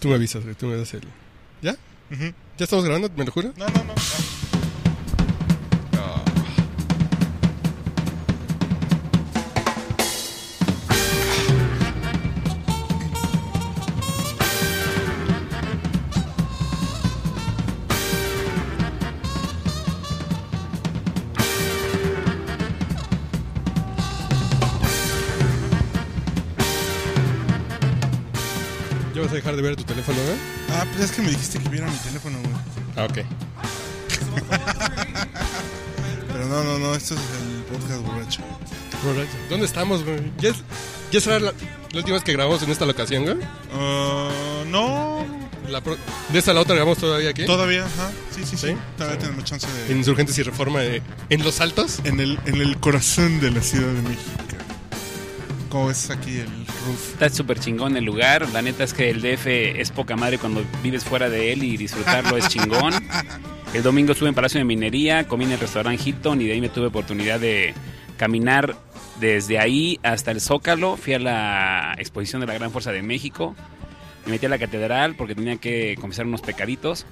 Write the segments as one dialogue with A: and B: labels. A: Tú me avisas, güey, tú me das el... ¿Ya?
B: Ujú.
A: ¿Ya estamos grabando? ¿Me lo juro?
B: No, no, no. no. Ah.
A: ¿Ya vas a dejar de ver tu teléfono, ¿eh? güey?
B: Ah, pues es que me dijiste que viera mi teléfono, güey.
A: Ah, ok.
B: Pero no, no, no, esto es el podcast borracho.
A: Correcto. ¿Dónde estamos, güey? ¿Ya, es- ya será la, la última vez que grabamos en esta locación, güey?
B: Ah, no,
A: La pro- ¿De esta a la otra grabamos todavía aquí?
B: todavía, ajá. Sí, sí, sí.
A: ¿Sí?
B: Todavía tenemos chance de...
A: En Insurgentes y Reforma, eh, en Los Altos.
B: En el, en el corazón de la Ciudad de México. ¿Cómo es aquí el roof?
C: Está súper chingón el lugar. La neta es que el DF es poca madre cuando vives fuera de él y disfrutarlo es chingón. El domingo estuve en Palacio de Minería, comí en el restaurante Hilton y de ahí me tuve oportunidad de caminar desde ahí hasta el Zócalo. Fui a la exposición de la Gran Fuerza de México. Me metí a la catedral porque tenía que confesar unos pecaditos.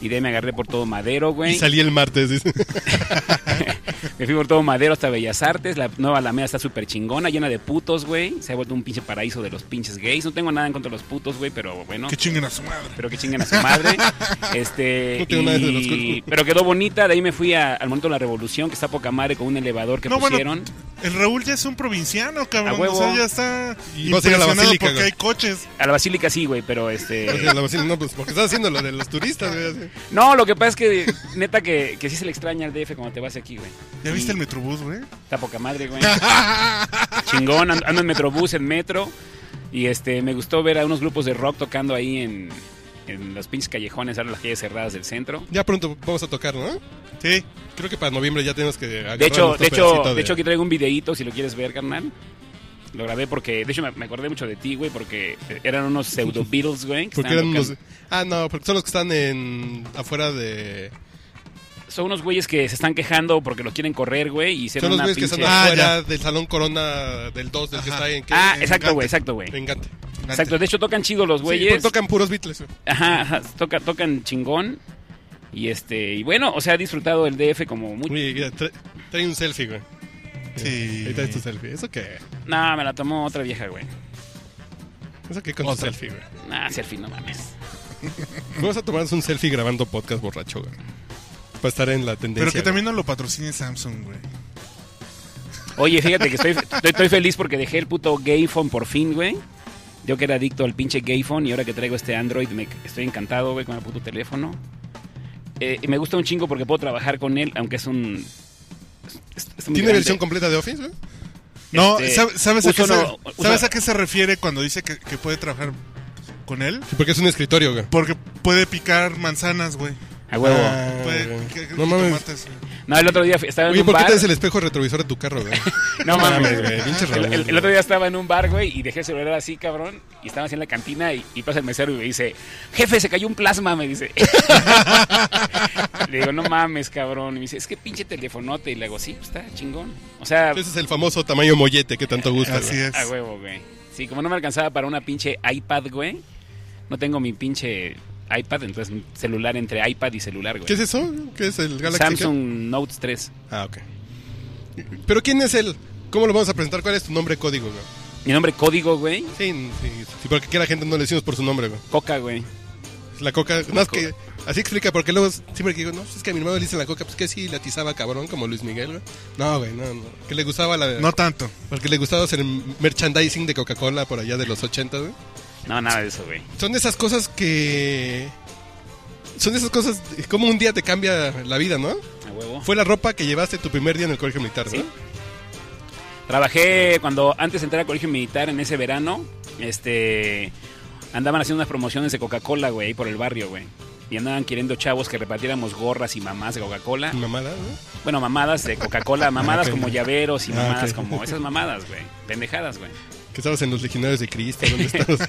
C: Y de ahí me agarré por todo madero,
A: Y
C: güey.
A: salí el martes, dice.
C: Me fui por todo madero hasta Bellas Artes. La nueva Alameda está súper chingona, llena de putos, güey. Se ha vuelto un pinche paraíso de los pinches gays. No tengo nada en contra de los putos, güey, pero bueno.
B: Que chinguen a su madre.
C: Pero que chinguen a su madre. Este.
A: No tengo nada de los
C: y-
A: culos.
C: pero quedó bonita. De ahí me fui a- al Monumento de la Revolución, que está poca madre, con un elevador que
B: No, bueno,
C: pusieron.
B: El Raúl ya es un provinciano, cabrón.
C: A huevo.
B: O sea, ya está
A: Y vas a ir a la
B: impresionado
A: basílica,
B: porque
A: güey.
B: hay coches.
C: A la Basílica sí, güey, pero
A: O
C: este.
A: sea, la vacina, no, pues porque estás haciendo lo de los turistas, güey. así.
C: No, lo que pasa es que, neta, que, que sí se le extraña al DF cuando te vas aquí, güey.
B: ¿Ya viste
C: Y-
B: el Metrobús, güey?
C: Está poca madre, güey. Chingón, and- ando en Metrobús, en metro. Y este, me gustó ver a unos grupos de rock tocando ahí en, en los pinches callejones, ahora las calles cerradas del centro.
A: Ya pronto vamos a tocar, ¿no?
B: Sí.
A: Creo que para noviembre ya tenemos que agarrar
C: De hecho,
A: nuestro
C: de hecho,
A: pedacito
C: de hecho, aquí traigo un videíto si lo quieres ver, carnal. Lo grabé porque, de hecho, me, me acordé mucho de ti, güey, porque eh, eran unos pseudo Beatles, güey. que
A: Porque eran
C: estaban
A: unos...
C: tocando.
A: Ah, no, porque son los que están en... afuera de...
C: Son unos güeyes que se están quejando porque los quieren correr, güey, y hicieron
A: Son los
C: una
A: güeyes que
C: pinche...
A: están
B: Ah,
A: afuera del Salón Corona del 2, del que
B: Ajá.
A: está en... ¿qué?
C: ah,
B: en
C: exacto, güey,
B: Gante.
C: exacto, güey.
A: En Gante.
C: Exacto, de hecho tocan chido los
A: Sí,
C: güeyes.
A: porque tocan puros Beatles. güey.
C: Ajá, ajá, toca, tocan chingón. Y este, y bueno, o sea, he disfrutado el DF como mucho.
A: Oye, mira, tra- trae un selfie, güey.
B: Sí.
A: Ahí traes tu selfie. ¿Eso qué?
C: No, me la tomó otra vieja, güey.
A: ¿Eso qué con tu selfie, güey?
C: Nah, selfie, no mames.
A: Vamos a tomarnos un selfie grabando podcast borracho, güey. Para estar en la tendencia.
B: Pero que también no lo patrocine Samsung, güey.
C: Oye, fíjate que estoy, estoy, estoy feliz porque dejé el puto Gayphone por fin, güey. Yo que era adicto al pinche Gayphone y ahora que traigo este Android me, estoy encantado, güey, con el puto teléfono. Eh, y me gusta un chingo porque puedo trabajar con él, aunque es un... es- es muy
A: ¿Tiene
C: grande.
A: versión completa de Office, güey?
B: No,
C: Este,
B: ¿sab- ¿sabes, a
C: uso
B: qué, se,
C: no- uso-
B: ¿sabes a qué se refiere cuando dice que, que puede trabajar con él?
A: Sí, porque es un escritorio, güey.
B: Porque puede picar manzanas, güey.
C: A huevo.
A: Ah,
B: Puede
A: güey.
B: picar
A: No mames.
B: tomates, güey.
C: No, el otro día fui- estaba en
A: Oye,
C: un
A: ¿por qué
C: bar...
A: traes el espejo retrovisor de tu carro, güey?
C: No mames,
A: mames,
C: güey.
A: güey, pinche
C: El,
A: Raúl,
C: el- el otro día estaba en un bar, güey, y dejé el celular así, cabrón, y estaba así en la cantina y, y pasa el mesero y me dice, jefe, se cayó un plasma, me dice. le digo, no mames, cabrón. Y me dice, es que pinche telefonote. Y le digo, sí, pues, está chingón. O sea,
A: Ese es el famoso tamaño mollete que tanto gusta,
B: Así
A: güey.
B: es.
C: a huevo, Ah, güey. Sí, como no me alcanzaba para una pinche iPad, güey, no tengo mi pinche iPad, entonces celular entre iPad y celular,
A: ¿Qué
C: güey.
A: es eso? ¿Qué es el Galaxy? qué?
C: Pues. Samsung Note 3.
A: Ah, ok. ¿Pero quién es él? ¿Cómo lo vamos a presentar? ¿Cuál es tu nombre código, güey?
C: Mi nombre código, güey,
A: Sí, sí, sí, porque aquí a la gente no le decimos por su nombre, güey.
C: Coca, güey.
A: La coca, más que... Así explica, porque luego siempre que digo, no, pues es que a mi hermano le dicen la coca, pues que sí, la atizaba cabrón, como Luis Miguel, güey. No, güey, no, no. Que le gustaba la...
B: No tanto.
A: Porque le gustaba hacer merchandising de Coca-Cola por allá de los 80, güey.
C: No, nada de eso, güey.
A: Son de esas cosas que... Son de esas cosas, eh, como un día te cambia la vida, ¿no?
C: A huevo.
A: Fue la ropa que llevaste tu primer día en el colegio militar, ¿no?
C: Sí. Trabajé cuando antes de entrar al colegio militar en ese verano, este andaban haciendo unas promociones de Coca-Cola, güey, ahí por el barrio, güey. Y andaban queriendo chavos que repartiéramos gorras y mamás de Coca-Cola.
A: Mamada, ¿no?
C: Bueno, mamadas de Coca-Cola, mamadas
A: Mm. ok.
C: como llaveros y
A: Ah,
C: mamadas
A: ok.
C: como esas mamadas, güey. Pendejadas, güey.
A: Que estabas en los legionarios de Cristo, ¿dónde estabas?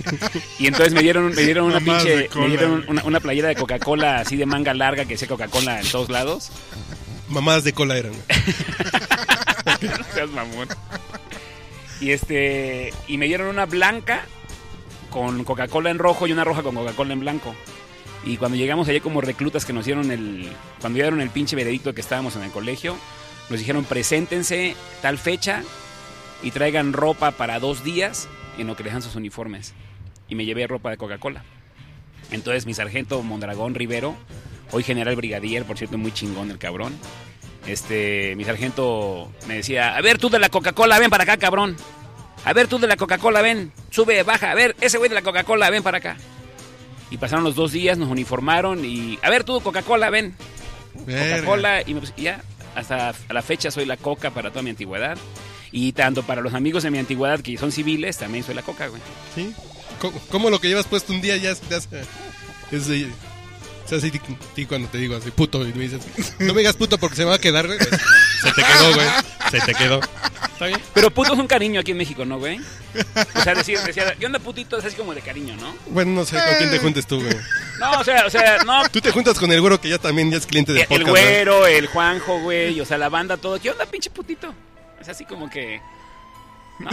C: Y entonces me dieron, me dieron una
B: Mamadas de
C: pinche,
B: cola,
C: me dieron
B: güey.
C: una, una playera de Coca-Cola así de manga larga que decía Coca-Cola en todos lados.
A: Mamadas de cola eran, güey.
C: No seas mamón. Y este. Y me dieron una blanca con Coca-Cola en rojo y una roja con Coca-Cola en blanco. Y cuando llegamos allá como reclutas que nos dieron el... Cuando dieron el pinche veredicto que estábamos en el colegio, nos dijeron preséntense tal fecha y traigan ropa para dos días en lo que dejan sus uniformes. Y me llevé ropa de Coca-Cola. Entonces mi sargento Mondragón Rivero, hoy general brigadier, por cierto, muy chingón el cabrón. Este, mi sargento me decía, a ver tú de la Coca-Cola, ven para acá, cabrón. A ver tú de la Coca-Cola, ven, sube, baja, a ver, ese güey de la Coca-Cola, ven para acá. Y pasaron los dos días, nos uniformaron y, a ver tú, Coca-Cola, ven.
B: Verga.
C: Coca-Cola y me pus- y ya, hasta a la fecha soy la coca para toda mi antigüedad. Y tanto para los amigos de mi antigüedad que son civiles, también soy la coca, güey.
A: ¿Sí? ¿Cómo, cómo lo que llevas puesto un día ya se te hace... Es de- o sea, así ti- ti cuando te digo así, puto, y me dices, no me digas puto porque se me va a quedar, güey. Pues, Se te quedó, güey. Se te quedó. ¿Está bien?
C: Pero puto es un cariño aquí en México, ¿no, güey? O sea, decir, decía, ¿qué onda putito? Es así como de cariño, ¿no?
A: Bueno, no sé con quién te juntes tú, güey.
C: No, o sea, o sea, no.
A: Tú te juntas con el güero que ya también ya es cliente de
C: El
A: podcast, güey.
C: güero, el Juanjo, güey, o sea, la banda, todo. ¿Qué onda, pinche putito? Es así como que. ¿No?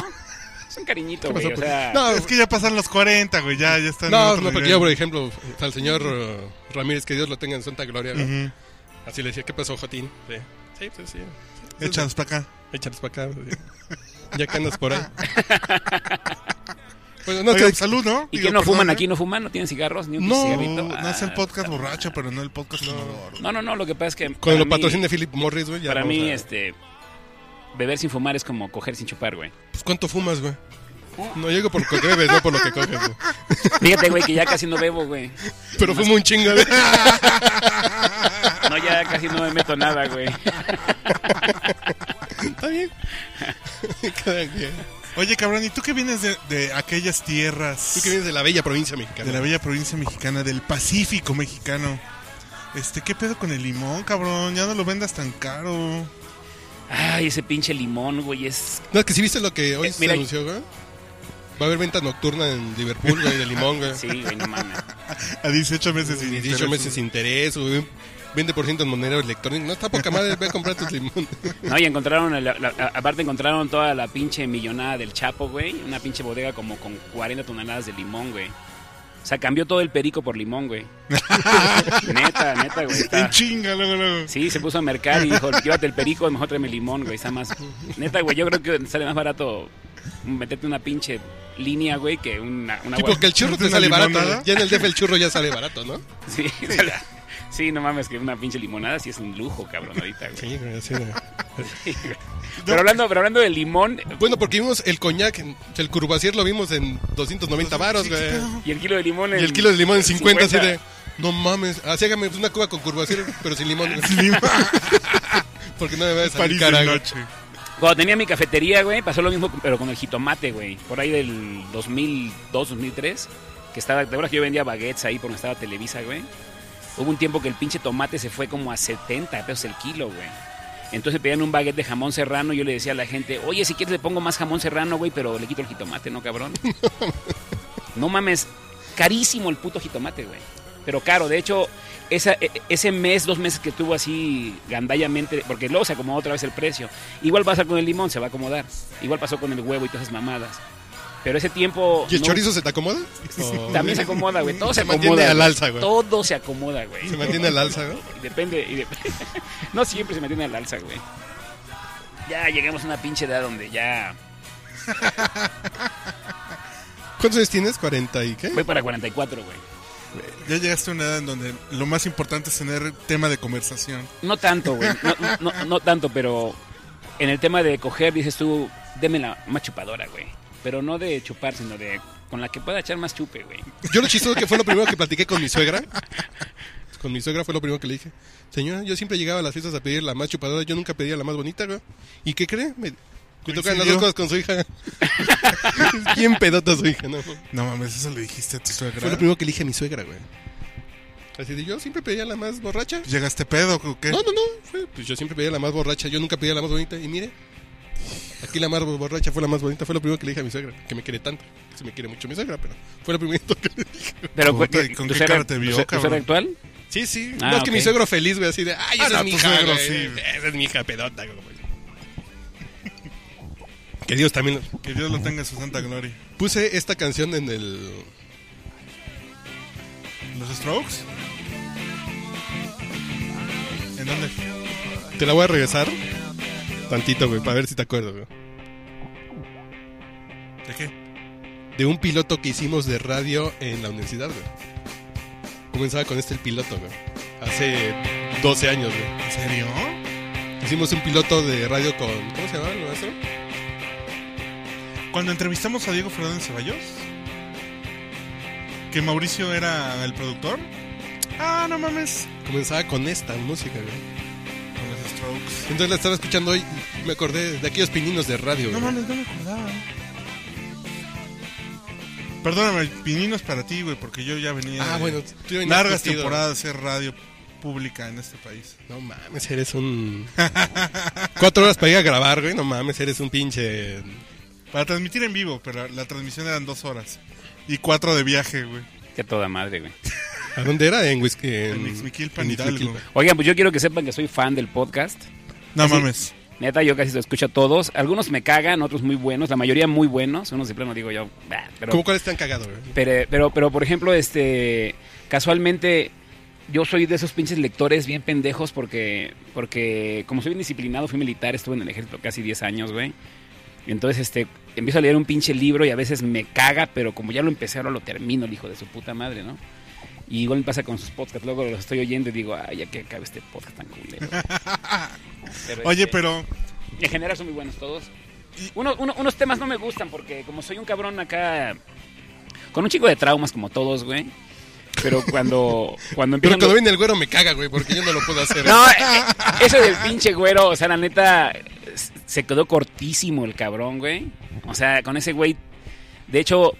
C: Es un cariñito, güey.
B: pues?
C: O sea,
A: No,
B: Es que ya pasan los 40, güey. Ya, ya están. en
A: No,
B: otro
A: no, porque
B: nivel.
A: yo, por ejemplo, al señor eh, Ramírez, que Dios lo tenga en santa gloria, güey.
B: Ujú.
A: así le decía, ¿qué pasó, Jotín? Sí, sí, sí. sí.
B: Échanos para acá.
A: Échalos para acá. sí. Ya que andas por ahí. Pues, no,
B: Oigan,
A: que-
B: salud, ¿no?
C: ¿Y
B: Digo,
C: que no
B: perdón,
C: fuman
B: ¿eh?
C: aquí? ¿No fuman? ¿No tienen cigarros? ¿Ni un
B: No,
C: cigarrito?
B: no es el
C: Ah,
B: podcast borracho, pero no el podcast fumador.
C: No, no, no, lo que pasa es que. para
A: con lo
C: mí-
A: patrocina de Philip Morris, güey. ya
C: Para
A: vamos
C: mí,
A: a-
C: este. Beber sin fumar es como coger sin chupar, güey.
A: Pues, ¿Cuánto fumas, güey?
C: Oh.
A: No llego por lo que bebes, no por lo que coges, güey.
C: Fíjate, güey, que ya casi no bebo, güey.
A: Pero fumo un chingo, güey.
C: No, ya casi no me meto nada, güey.
A: Está bien. Cada quien.
B: Oye, cabrón, ¿y tú que vienes de, de aquellas tierras?
A: Tú que vienes de la bella provincia
B: De la
A: mexicana.
B: bella provincia mexicana, del Pacífico mexicano. Este, ¿qué pedo con el limón, cabrón? Ya no lo vendas tan caro.
C: Ay, ese pinche limón, güey, es.
A: No, es que si viste lo que hoy
C: Eh,
A: se
C: mira-
A: anunció, güey. Va a haber venta nocturna en Liverpool, güey, de limón, güey.
C: Sí, güey, no mames.
B: A 18 meses sin
A: Ni
B: interés.
A: 18 meses sin interés, güey. 20% en monedero electrónico. No está poca madre, ve a comprar tus limones.
C: No, y encontraron, la- la- aparte encontraron toda la pinche millonada del Chapo, güey. Una pinche bodega como con 40 toneladas de limón, güey. O sea, cambió todo el perico por limón, güey. neta, neta, güey. está-
B: En chinga, luego, luego.
C: Sí, se puso a mercar y dijo, llévate el perico, mejor tráeme limón, güey. Está más... Neta, güey, yo creo que sale más barato meterte una pinche línea, güey, que una... una
A: Sí,
C: agua-
A: porque el churro te
B: Ah, ¿Una
A: sale barato.
B: limonada?
A: güey. Ya en el DF el churro ya sale barato, ¿no?
C: Sí, sale- sí, no mames, que una pinche limonada sí es un lujo, cabrón, ahorita, güey.
A: Sí, güey, sí, güey.
C: Pero hablando, pero hablando de limón
A: Bueno, porque vimos el coñac, en- el curvacier lo vimos en 290 varos,
B: Sí,
A: güey.
B: ¿qué pedo?
C: y el kilo de limón...
A: Y el kilo de limón en 50, así de... No mames, así hágame una cuba con curvacier, pero sin limón. güey.
B: Limón,
A: Porque no me va a salir
B: París
A: cara,
B: de
A: güey.
B: noche.
C: Cuando tenía mi cafetería, güey, pasó lo mismo, pero con el jitomate, güey. Por ahí del 2002, 2003, que estaba, de verdad que yo vendía baguettes ahí por donde estaba Televisa, güey. Hubo un tiempo que el pinche tomate se fue como a 70 pesos el kilo, güey. Entonces pedían un baguette de jamón serrano y yo le decía a la gente, oye, si quieres le pongo más jamón serrano, güey, pero le quito el jitomate, ¿no, cabrón? no mames, carísimo el puto jitomate, güey. Pero caro, de hecho, esa, e- ese mes, dos meses que estuvo así gandallamente, porque luego se acomodó otra vez el precio. Igual pasa con el limón, se va a acomodar. Igual pasó con el huevo y todas esas mamadas. Pero ese tiempo...
A: ¿Y el
C: no-
A: chorizo se te acomoda? Oh, ¿O
C: También se acomoda, güey. Todo se,
A: Se
C: acomoda.
A: mantiene al
C: güey.
A: alza, güey.
C: Todo se acomoda, güey.
A: Se mantiene al alza, güey?
C: Y Depende, y dep- no siempre se mantiene al alza, güey. Ya llegamos a una pinche edad donde ya
A: ¿Cuántos años tienes? ¿40 y qué?
C: voy para 44, güey.
B: Ya llegaste a una edad en donde lo más importante es tener tema de conversación.
C: No tanto, güey. No, no- no tanto, pero en el tema de coger, dices tú, deme la más chupadora, güey. Pero no de chupar, sino de con la que pueda echar más chupe, güey.
A: Yo lo chistoso que fue lo primero que platiqué con mi suegra. Con mi suegra fue lo primero que le dije. Señora, yo siempre llegaba a las fiestas a pedir la más chupadora, yo nunca pedía la más bonita, güey. ¿Y qué cree? Me, me tocan las dos
B: Coincidió.
A: cosas con su hija. Es Bien pedota su hija, ¿no? Fue
B: No mames, eso le dijiste a tu suegra.
A: lo primero que le dije a mi suegra, güey. Así de, yo siempre pedía la más borracha.
B: ¿Llegaste pedo o qué?
A: No, no, no. fue- pues yo siempre pedía la más borracha, yo nunca pedía la más bonita. Y mire, aquí la más borracha fue la más bonita, fue lo primero que le dije a mi suegra, que me quiere tanto. Se me quiere mucho mi suegra, pero fue lo primero que le dije.
C: Pero
B: Puta,
C: güey, eh,
B: ¿y con
C: ¿tu
B: qué
C: suegra-
B: cara te vio,
C: tu sue- tu suegra
B: cabrón?
C: actual?
A: Sí, sí.
C: Ah,
A: no es que mi
C: ok.
A: suegro feliz, güey, así de, ay, esa
B: Ah,
A: es
B: no,
A: mi
B: tu
A: hija,
B: suegro,
A: güey,
B: sí.
A: Esa es mi hija pedota, güey. Que Dios también. lo-
B: Que Dios lo tenga en su santa gloria.
A: Puse esta canción en el.
B: ¿Los Strokes? ¿En dónde?
A: Te la voy a regresar. Tantito, güey, para ver si te acuerdas, güey.
B: ¿De qué?
A: De un piloto que hicimos de radio en la universidad, güey. Comenzaba con este el piloto, güey. Hace 12 años, güey.
B: ¿En serio?
A: Hicimos un piloto de radio con. ¿Cómo se llamaba el maestro?
B: Cuando entrevistamos a Diego Fernández Ceballos, que Mauricio era el productor. Ah, no mames.
A: Comenzaba con esta música, güey.
B: Con los Strokes.
A: Entonces la estaba escuchando hoy y me acordé de aquellos pininos de radio,
B: No
A: güey.
B: mames, no me acordaba. Perdóname, pininos para ti, güey, porque yo ya venía.
A: Ah,
B: de
A: bueno, tú venías
B: Eh, Largas
A: vestido.
B: temporadas de radio pública en este país.
A: No mames, eres un. Cuatro horas para ir a grabar, güey. No mames, eres un pinche.
B: Para transmitir en vivo, pero la transmisión eran dos horas. Y cuatro de viaje, güey.
C: Que a toda madre, güey.
A: ¿A dónde era? En Whisky.
B: En Ixmiquilpan, Hidalgo.
C: Oigan, pues yo quiero que sepan que soy fan del podcast.
B: No
C: Así-
B: mames.
C: Neta, yo casi lo escucho a todos. Algunos me cagan, otros muy buenos, la mayoría muy buenos. Unos de plano digo yo, "Bah", pero,
A: ¿Cómo cuáles te han cagado, güey?
C: pero, pero, pero, por ejemplo, este, casualmente yo soy de esos pinches lectores bien pendejos porque, porque como soy bien disciplinado, fui militar, estuve en el ejército casi 10 años, güey. Y Entonces, este, empiezo a leer un pinche libro y a veces me caga, pero como ya lo empecé, ahora lo termino, el hijo de su puta madre, ¿no? Y igual me pasa con sus podcasts, luego los estoy oyendo y digo, ay, ya que acabe este podcast tan culero.
B: Oye,
C: este,
B: pero.
C: en general son muy buenos todos.
B: Y-
C: Uno- uno- unos temas no me gustan porque como soy un cabrón acá con un chico de traumas como todos, güey. Pero cuando
A: Pero
C: cuando empiezan
A: cuando viene el güero me caga, güey, porque yo no lo puedo hacer.
C: No, eh, eh, eso del pinche güero, o sea, la neta s- se quedó cortísimo el cabrón, güey. O sea, con ese güey de hecho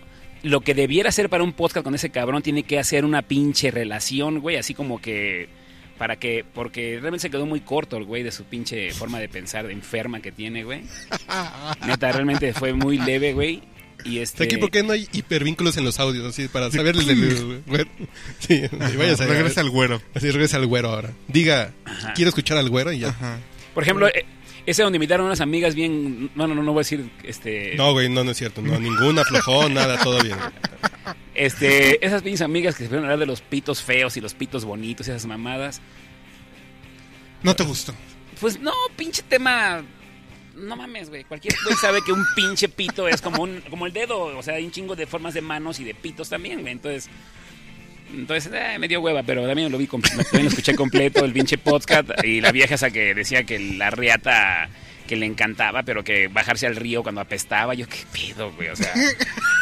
C: lo que debiera hacer para un podcast con ese cabrón tiene que hacer una pinche relación, güey, así como que para que porque realmente se quedó muy corto el güey de su pinche forma de pensar de enferma que tiene, güey. Neta, realmente fue muy leve, güey. Y
A: Está
C: este.
A: aquí porque no hay hipervínculos en los audios, así, para saber el- el- el güero. Sí, y vayas a
B: regresa al güero.
A: Así regresa al güero ahora. Diga,
C: Ajá.
A: quiero escuchar al güero y ya.
B: Ajá.
C: Por ejemplo, eh, ese donde invitaron unas amigas bien. No, no, no, no voy a decir. Este.
A: No, güey, no, no es cierto. No, ninguna aflojó, nada, todo bien. güey.
C: Este. Esas pinches amigas que se fueron a hablar de los pitos feos y los pitos bonitos y esas mamadas.
B: No te gustó.
C: Pues no, pinche tema. No mames, güey. Cualquier güey sabe que un pinche pito es como un, como el dedo. O sea, hay un chingo de formas de manos y de pitos también, güey. Entonces. Entonces, eh, me dio hueva, pero también lo vi com- lo- también lo escuché completo, el pinche podcast. Y la vieja esa que decía que la riata que le encantaba, pero que bajarse al río cuando apestaba, yo qué pedo, güey. O sea.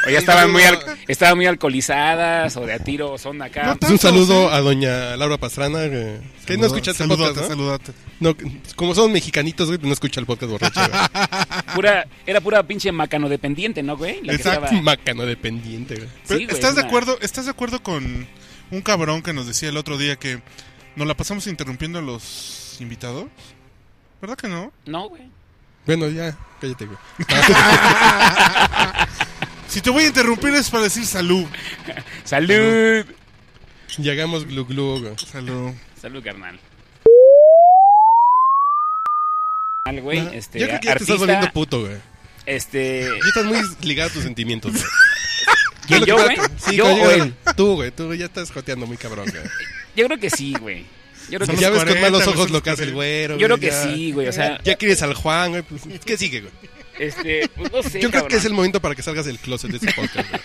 C: O ya estaban muy, al- estaban muy alcoholizadas, o de a tiro, son acá.
A: Pues un saludo a doña Laura Pastrana, que, que no escucha este
B: Saludate,
A: podcast, ¿no?
B: saludate.
A: No, como son mexicanitos, güey, no escucha el podcast borracho. güey.
C: Pura, era pura pinche macano dependiente, ¿no, güey? La que
B: Exacto.
C: estaba-
A: Macano dependiente, güey.
B: Pero,
C: Sí, güey,
B: ¿estás,
C: es
B: de
C: una-
B: acuerdo, ¿Estás de acuerdo con un cabrón que nos decía el otro día que nos la pasamos interrumpiendo a los invitados? ¿Verdad que no?
C: No, güey.
A: Bueno, ya, cállate, güey.
B: Si te voy a interrumpir es para decir salud.
C: ¡Salud!
A: Llegamos glu glu, güey.
B: Salud.
C: Salud, carnal. Al güey, este,
A: Ah, Yo creo que ya te
C: artista,
A: estás volviendo puto, güey.
C: este,
A: Ya estás muy ligado a tus sentimientos, güey.
C: ¿quién,
A: Lo que
C: yo,
A: pasa-
C: güey?
A: Sí,
C: yo
A: cuando
C: o
A: llega-
C: él.
A: Tú, güey, tú ya estás joteando muy cabrón, güey.
C: Yo creo que sí, güey. Yo creo que,
B: Son
A: Ya
B: los
A: ves con
B: 40,
A: malos
B: güey,
A: ojos
B: son
A: lo
B: los
A: que hace el
B: 40.
A: güero,
C: yo creo que
A: ya.
C: sí, güey. O sea,
A: Ya quieres al Juan, güey. pues, ¿Qué sigue, güey?
C: este, pues, no sé,
A: Yo creo que
C: cabrón.
A: es el momento para que salgas del closet de este podcast, güey.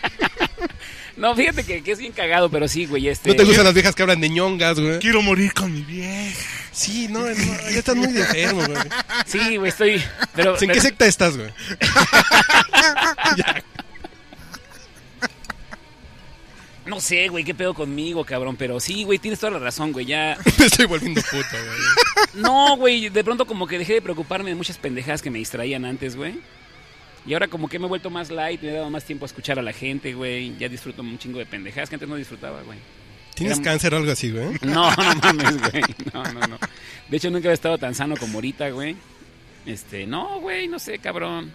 C: No, fíjate que, que es bien cagado, pero sí, güey, este...
A: ¿No te gustan las viejas que hablan de ñongas, güey?
B: Quiero morir con mi vieja.
A: Sí, no, no, ya estás muy enfermo, güey.
C: Sí, güey, estoy... Pero,
A: ¿En qué secta estás, güey?
C: No sé, güey, qué pedo conmigo, cabrón, pero sí, güey, tienes toda la razón, güey, ya...
A: Me estoy volviendo puto, güey.
C: No, güey, de pronto como que dejé de preocuparme de muchas pendejadas que me distraían antes, güey. Y ahora como que me he vuelto más light, me he dado más tiempo a escuchar a la gente, güey. Ya disfruto un chingo de pendejadas que antes no disfrutaba, güey.
A: ¿Tienes
C: Era-
A: cáncer o algo así, güey?
C: No, no mames, güey. No, no, no. De hecho, nunca había estado tan sano como ahorita, güey. Este, no, güey, no sé, cabrón.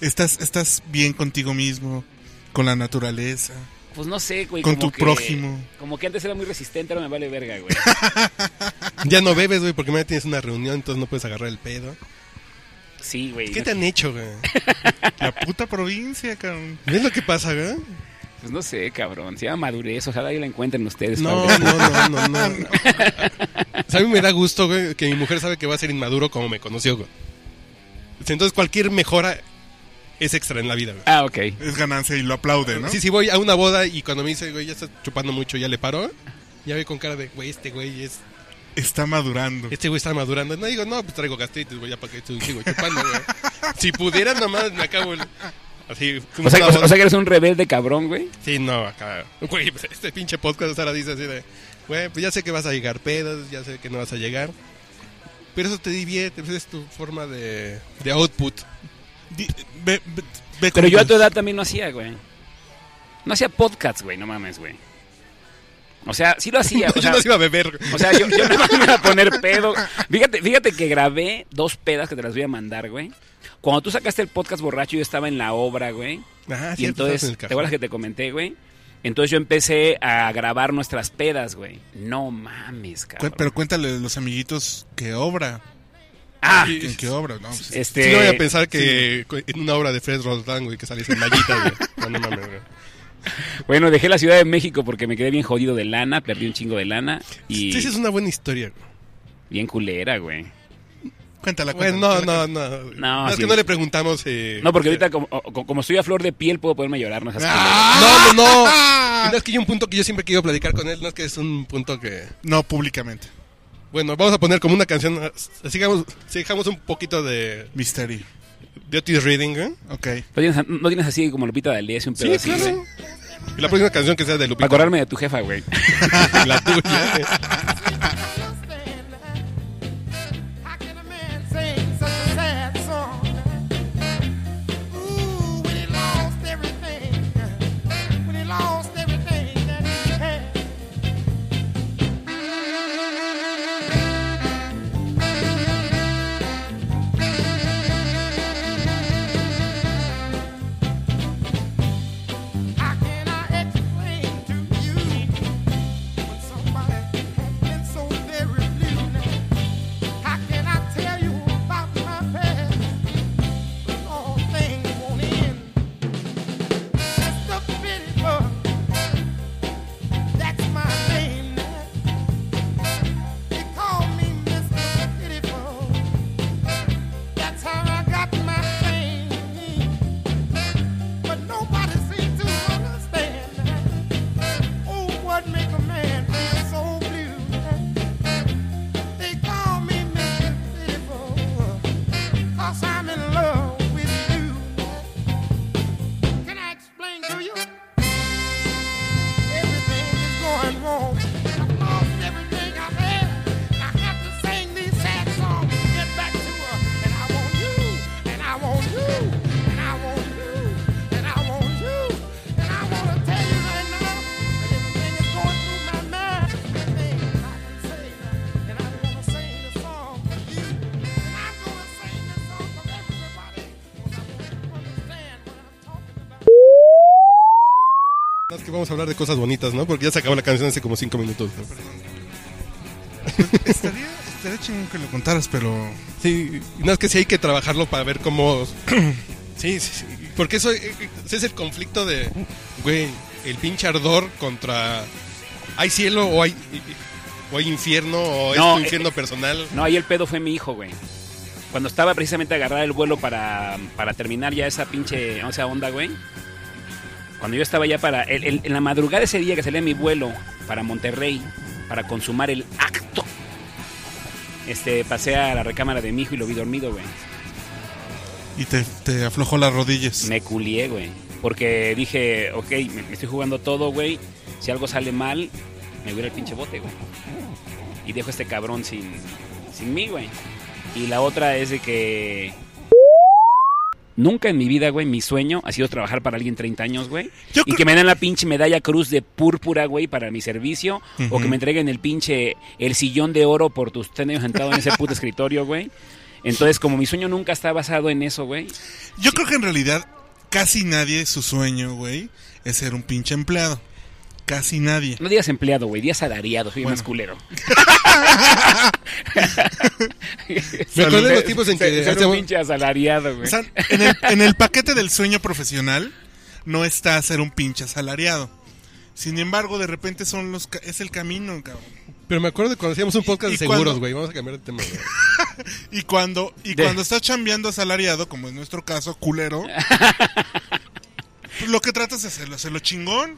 B: Estás, estás bien contigo mismo, con la naturaleza.
C: Pues no sé, güey.
B: Con tu
C: como que-
B: prójimo.
C: Como que antes era muy resistente, ahora me vale verga, güey.
A: Ya no bebes, güey, porque mañana tienes una reunión, entonces no puedes agarrar el pedo.
C: Sí, güey.
A: ¿Qué te han hecho, güey?
B: La puta provincia, cabrón.
A: ¿Ves lo que pasa, güey?
C: Pues no sé, cabrón. Se llama madurez. Ojalá y la encuentren ustedes.
A: No,
C: padres.
A: no, no, no, no. O sea, a mí me da gusto, güey, que mi mujer sabe que va a ser inmaduro como me conoció, güey. Entonces cualquier mejora es extra en la vida, güey.
C: Ah, ok.
B: Es ganancia y lo aplaude, ¿no?
A: Sí, sí, voy a una boda y cuando me dice, güey, ya estás chupando mucho, ya le paro. Ya ve con cara de, güey, este güey es,
B: Está madurando.
A: este güey está madurando. No digo, no, pues traigo gastritis, güey, ya para que sigo chupando, güey. Si pudiera, nomás me acabo el- Así, una
C: O sea, o sea-
A: boda.
C: o sea que eres un rebelde cabrón, güey.
A: Sí, no, acá. Güey, pues, este pinche podcast ahora dice así de. Güey, pues ya sé que vas a llegar pedos, ya sé que no vas a llegar. Pero eso te divierte, pues es tu forma de, de output.
B: Di- ve- ve- ve
C: Pero
B: con-
C: yo a tu edad también no hacía, güey. No hacía podcasts, güey. No mames, güey. O sea, sí lo hacía. o
A: yo
C: sea,
A: no se iba a beber.
C: O sea, yo, yo no me iba a poner pedo. Fíjate, fíjate que grabé dos pedas que te las voy a mandar, güey. Cuando tú sacaste el podcast borracho, yo estaba en la obra, güey.
A: Ah,
C: y entonces, ¿te acuerdas que te comenté, güey? Entonces yo empecé a grabar nuestras pedas, güey. No mames,
B: Cu-
C: cabrón.
B: Pero cuéntale a los amiguitos que obra.
C: ah,
A: Sí,
B: ¿En qué obra? No, pues,
C: este.
A: Sí, no voy a pensar que en una obra de Fred Roldán, güey, que saliese en mallita, güey. No, no mames, güey.
C: Bueno, dejé la Ciudad de México porque me quedé bien jodido de lana, perdí un chingo de lana y
A: Sí, sí, es una buena historia, güey.
C: bien culera, güey.
B: cuéntala,
A: Bueno,
B: cuéntala,
A: Pues, no,
B: cuéntala.
A: no, no.
C: No,
A: es
C: sí.
A: que no le preguntamos. eh,
C: No, porque ahorita como, o- como estoy a flor de piel puedo ponerme a llorar, no seas
A: No,
C: culero.
A: no, no. Y No es que hay un punto que yo siempre he querido platicar con él, no es que es un punto que...
B: No, públicamente.
A: Bueno, vamos a poner como una canción, así dejamos, así dejamos un poquito de,
B: Misterio.
A: de Otis Reading, ¿eh?
B: Ok.
C: ¿No tienes, no tienes así como Lupita Dalí, es un pedo así, güey?
A: Y la próxima canción que sea de
C: Para
A: Lupita.
C: acordarme de tu jefa, güey.
A: La tuya. eh.
D: How can a man sing such a sad song? Ooh, when he lost everything, when he lost everything that he had. How can I explain to you when somebody has been so very blue? How can I tell you about my past? All things won't end. That's the pity bug. That's my name. now. They call me Mr. Pitiful. That's how I got my fame. But nobody seems to understand. Oh, what make a man feel so blue? They call me Mr. Pitiful, cause I'm in love with you. Can I explain to you? Everything is going wrong. I've lost everything I've had. I have to sing these sad songs to get back to her. And I want you, and I want you, and I want you, and I want you. And I want to tell you right now that everything is going through my mind. Everything I can say, and I'm going to sing this song for you. And I'm going to sing this song for everybody. 'cause I want you to understand what I'm talking about.
A: No, es que vamos a hablar de cosas bonitas, ¿no? Porque ya se acabó la canción hace como cinco minutos. ¿no?
B: Estaría, estaría chingón que lo contaras, pero.
A: Sí, no es que sí hay que trabajarlo para ver cómo... sí, sí, sí. Porque eso eh, eh, ese es el conflicto de, güey, el pinche ardor contra... ¿Hay cielo o hay, o hay infierno o
C: No,
A: es tu
C: eh,
A: infierno personal?
C: No, ahí el pedo fue mi hijo, güey. Cuando estaba precisamente a agarrar el vuelo para, para terminar ya esa pinche o sea, onda, güey. Cuando yo estaba ya para... el- el- en la madrugada ese día que salía mi vuelo para Monterrey, para consumar el acto, este, pasé a la recámara de mi hijo y lo vi dormido, güey.
B: Y te, te aflojó las rodillas.
C: Me culié, güey. Porque dije, ok, me, me estoy jugando todo, güey. Si algo sale mal, me voy al pinche bote, güey. Y dejo a este cabrón sin, sin mí, güey. Y la otra es de que... Nunca en mi vida, güey, mi sueño ha sido trabajar para alguien 30 años, güey.
B: Yo
C: Y
B: creo-
C: que me den la pinche medalla cruz de púrpura, güey, para mi servicio. O que
B: Ujú.
C: me entreguen el pinche, el sillón de oro por tus años sentado en ese puto escritorio, güey. Entonces, como mi sueño nunca está basado en eso, güey,
B: Yo creo que en realidad casi nadie su sueño, güey, es ser un pinche empleado. casi nadie.
C: No digas empleado, güey, digas salariado, soy
B: Bueno.
C: más culero.
A: Me acuerdo de los
C: Se-
A: tipos en
C: se-
A: que
C: ser un
A: hacíamos-
C: pinche asalariado,
B: O
C: güey.
B: sea, en el, en el paquete del sueño profesional no está ser un pinche asalariado. Sin embargo, de repente son los ca- es el camino, cabrón.
A: Pero me acuerdo de cuando hacíamos un podcast
B: ¿Y
A: de seguros,
B: cuándo?
A: güey. Vamos a cambiar de tema. güey.
B: Y cuando y
C: De-
B: cuando estás chambeando asalariado, como en nuestro caso, culero, pues lo que tratas es hacerlo, hacerlo chingón,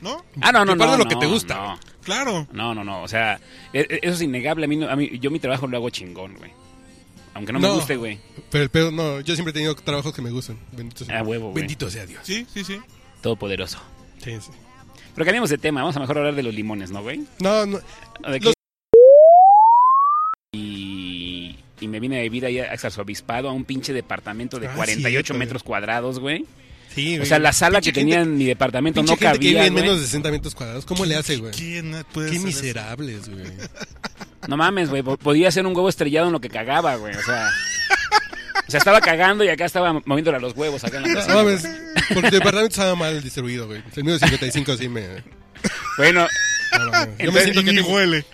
B: ¿no?
C: Ah, no, no,
A: Te pierdes
C: no.
A: lo que
C: no,
A: te gusta.
C: No.
B: Claro.
C: No, no, no. O sea, e- e- eso es innegable. A mí, no- a mí- yo mi trabajo lo hago chingón, güey. Aunque no, me
A: No.
C: guste, güey.
A: Pero el pedo, no. Yo siempre he tenido trabajos que me gustan. Bendito sea,
C: Ah, huevo, güey.
A: Bendito sea Dios.
B: Sí, sí, sí.
C: Todopoderoso.
A: Sí, sí.
C: Pero cambiamos de tema. Vamos a mejor hablar de los limones, ¿no, güey?
A: No, no.
C: ¿O de qué?
A: Los-
C: Y, y me vine a vivir ahí a Exarzobispado, a un pinche departamento de
A: Ah,
C: 48
A: cierto,
C: metros cuadrados, güey.
A: Sí,
C: O
A: güey.
C: sea, la sala
A: Pinche
C: que
A: gente-
C: tenía en mi departamento
A: pinche
C: no
A: gente que vive
C: cabía,
A: en menos
C: güey.
A: de 60 metros cuadrados. ¿Cómo le hace, güey?
B: ¿Quién puede
A: Qué
B: hacer eso?
A: miserables, güey.
C: No mames, güey. po- Podía ser un huevo estrellado en lo que cagaba, güey. O sea... O sea, estaba cagando y acá estaba moviéndole a los huevos acá en la
A: No
C: cocina, güey.
A: mames. Porque tu departamento estaba mal distribuido, güey. El mío 55 sí me.
C: Bueno,
A: no mames. Yo me
B: Entonces,
A: siento
B: y
A: que
B: ni
A: tengo-
B: huele.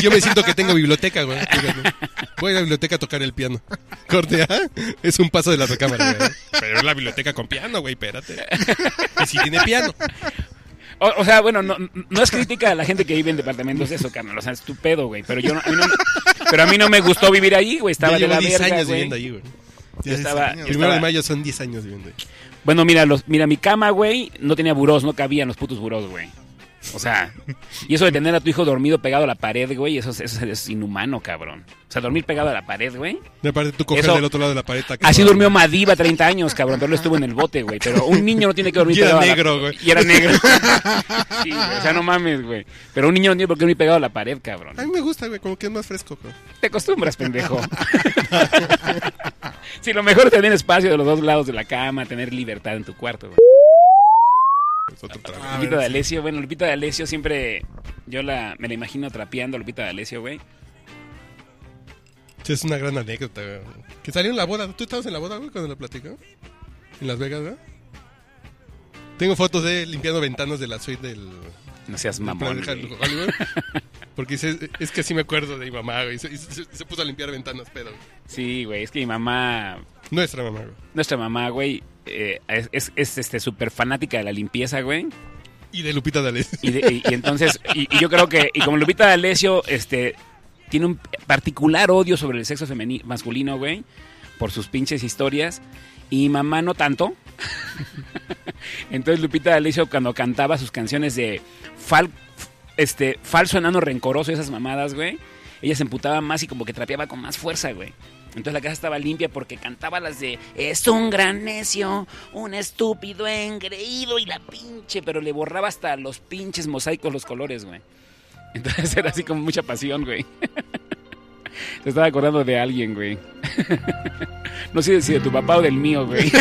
A: Yo me siento que tengo biblioteca, güey. Fíjate. Voy a la biblioteca a tocar el piano. Corte, ¿ah? Es un paso de la recámara, güey. Pero es la biblioteca con piano, güey, espérate. Y si tiene piano.
C: O, o sea, bueno, no, no es crítica a la gente que vive en departamentos de eso, carnal. O sea, es tu pedo, güey. Pero, yo no, a mí no me- pero a mí no me gustó vivir ahí, güey. Estaba
A: Yo
C: de
A: llevo
C: la
A: 10
C: verga,
A: años
C: güey.
A: viviendo ahí, güey.
B: Ya
C: estaba-
B: diseñado.
A: Primero de
C: estaba-
A: mayo son 10 años viviendo ahí.
C: Bueno, mira, los, mira, mi cama, güey, no tenía burós, no cabían los putos burós, güey. O sea, y eso de tener a tu hijo dormido pegado a la pared, güey, eso, es- eso es inhumano, cabrón. O sea, dormir pegado a la pared, güey.
A: Y aparte tú coges
C: Eso-
A: del otro lado de la pared. está
C: Así
A: cabrón.
C: durmió Madiba 30 años, cabrón, pero él estuvo en el bote, güey. Pero un niño no tiene que dormir
A: Y era
C: pegado a la-
A: negro, güey.
C: Y era negro. Sí, güey, o sea, no mames, güey. Pero un niño no tiene por qué dormir pegado a la pared, cabrón.
A: A mí me gusta, güey, como que es más fresco, güey.
C: Te acostumbras, pendejo. si lo mejor es tener espacio de los dos lados de la cama, tener libertad en tu cuarto. güey.
A: Es otro trago.
B: A
C: Lupita
B: ver,
C: de Alessio, bueno, Lupita de Alessio siempre. Yo la, me la imagino trapeando a Lupita de Alessio, güey.
A: Sí, es una gran anécdota, güey. Que salió en la boda. ¿Tú estabas en la boda, güey, cuando lo platicó? En Las Vegas, ¿verdad? Tengo fotos de él limpiando ventanas de la suite del...
C: No seas
A: del
C: mamón.
A: Plaza
C: güey.
A: Hollywood. Porque dice, es que sí me acuerdo de mi mamá, güey. y Se, y se- se puso a limpiar ventanas, pero...
C: Sí, güey, es que mi mamá.
A: Nuestra mamá, güey.
C: Nuestra mamá, güey, eh, es, es, es, este, súper fanática de la limpieza, güey.
A: Y de Lupita D'Alessio.
C: Y, de- y- y entonces, y, y yo creo que, y como Lupita D'Alessio, este, tiene un particular odio sobre el sexo femeni- masculino, güey, por sus pinches historias. Y mamá no tanto. entonces Lupita D'Alessio cuando cantaba sus canciones de fal- este, falso enano rencoroso y esas mamadas, güey, ella se emputaba más y como que trapeaba con más fuerza, güey. Entonces la casa estaba limpia porque cantaba las de Es un gran necio, un estúpido engreído y la pinche, pero le borraba hasta los pinches mosaicos los colores, güey. Entonces era así con mucha pasión, güey. Te estaba acordando de alguien, güey. No sé si de tu papá o del mío, güey.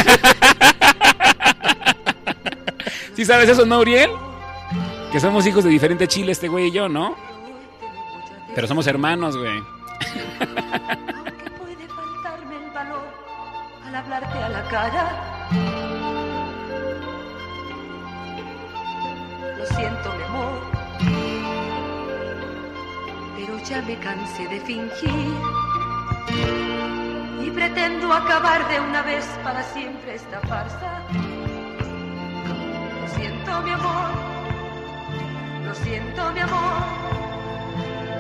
C: ¿Sí sabes eso, no, Uriel? Que somos hijos de diferente chile este güey y yo, ¿no? Pero somos hermanos, güey.
E: Aunque puede faltarme el valor al hablarte a la cara. Lo siento, mi amor, pero ya me cansé de fingir y pretendo acabar de una vez para siempre esta farsa. Lo siento, mi amor, lo siento, mi amor.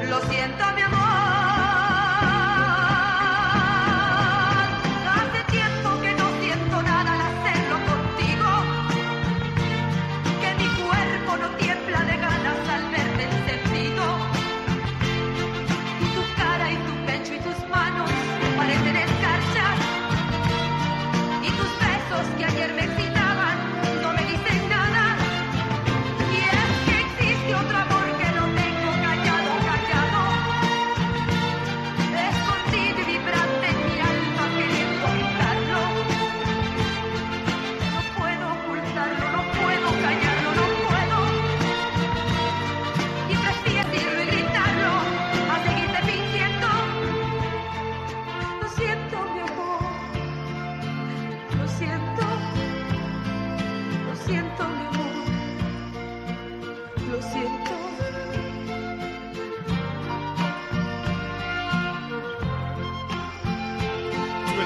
E: Lo siento, mi amor. Hace tiempo que no siento nada al hacerlo contigo. Que mi cuerpo no tiembla de ganas al verte encendido. Y tu cara y tu pecho y tus manos parecen escarchas. Y tus besos que ayer me excitaban no me dicen nada. Y es que existe otro amor que lo tengo callado, callado.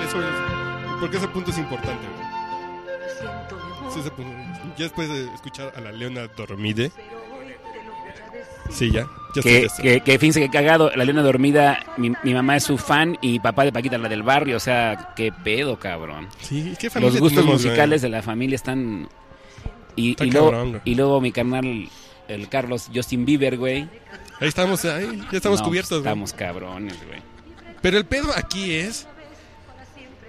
A: eso es. Porque ese punto es importante, güey.
E: Siento mi voz,
A: Sí, ese punto. Ya después de escuchar a la Leona dormide.
E: pero hoy te lo voy a decir.
A: Sí, ya. Ya estoy
C: Que,
A: listo.
C: que, que fíjense que cagado, la leona dormida, mi, mi mamá es su fan y papá de Paquita, la del barrio, o sea, qué pedo, cabrón.
A: Sí, ¿qué familia
C: Los gustos
A: tenemos, güey?
C: musicales de la familia están... Y,
A: Está
C: y luego,
A: cabrón, güey.
C: y luego mi carnal, el Carlos Justin Bieber, güey.
A: Ahí estamos, ahí ya estamos
C: No,
A: cubiertos, güey.
C: Estamos cabrones, güey.
A: Pero el pedo aquí es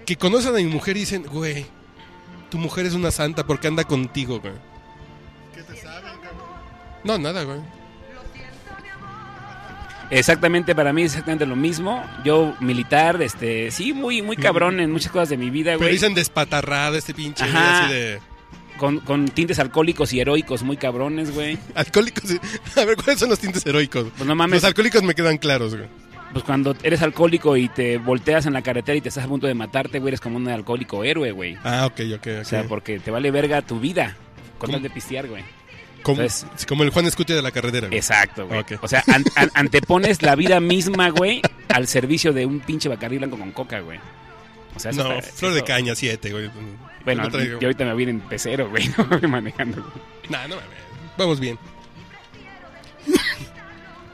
A: que conocen a mi mujer y dicen, güey, tu mujer es una santa porque anda contigo, güey.
B: ¿Qué te saben, cabrón?
A: No, nada,
C: Eh,
A: güey.
C: Exactamente, para mí es exactamente lo mismo. Yo, militar, este, sí, muy, muy cabrón en muchas cosas de mi vida,
A: Mm. Pero
C: güey.
A: dicen despatarrada este pinche
C: Ajá.
A: así de
C: Con, con tintes alcohólicos y heroicos muy cabrones, güey.
A: alcohólicos. A ver, ¿cuáles son los tintes heroicos?
C: Pues no mames.
A: Los alcohólicos me quedan claros, güey.
C: Pues cuando eres alcohólico y te volteas en la carretera y te estás a punto de matarte, güey, eres como un alcohólico héroe, güey.
A: Ah, ok, ok, ok.
C: O sea, porque te vale verga tu vida con
A: ¿Cómo?
C: tal de pistear, güey.
A: como,
C: entonces-
A: sí, como el Juan Escute de la carretera. güey.
C: Exacto, güey.
A: Ok.
C: O sea, an- an- antepones la vida misma, güey, al servicio de un pinche bacarrí blanco con coca, güey. O sea, eso
A: No,
C: está-
A: flor de
C: eso-
A: caña, siete, güey.
C: Bueno,
A: No traigo-
C: yo ahorita me voy a ir en pecero, güey, no voy manejando. güey.
A: Nah, no mames. Vamos bien.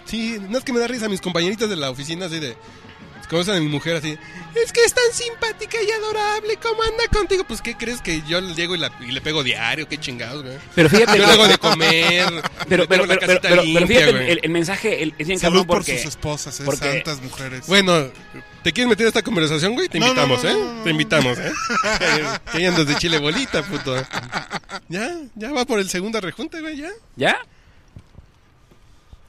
A: Sí, no es que me da risa mis compañeritas de la oficina así de. Conocen a mi mujer así. Es que es tan simpática y adorable. ¿Cómo anda contigo? Pues, ¿qué crees que yo le llego y, la- y le pego diario? ¿Qué chingados, güey?
C: Pero fíjate,
A: Yo le
C: güey,
A: hago de comer.
C: pero,
A: le
C: pero,
A: tengo la
C: pero, pero,
A: casita
C: pero- pero
A: limpia,
C: fíjate, el-
A: güey.
C: el, el mensaje el- es bien
B: Salud
C: cabrón
B: por
C: porque...
B: sus esposas, eh,
C: porque-
B: santas mujeres.
A: Bueno, ¿te quieres meter a esta conversación, güey? Te
B: No, no,
A: invitamos,
B: no,
A: ¿eh?
B: no, no, no.
A: Te invitamos, ¿eh? Que ahí andas de chile bolita, puto. ¿eh? Ya, ya va por el segundo rejunte, güey, ya.
C: ¿Ya?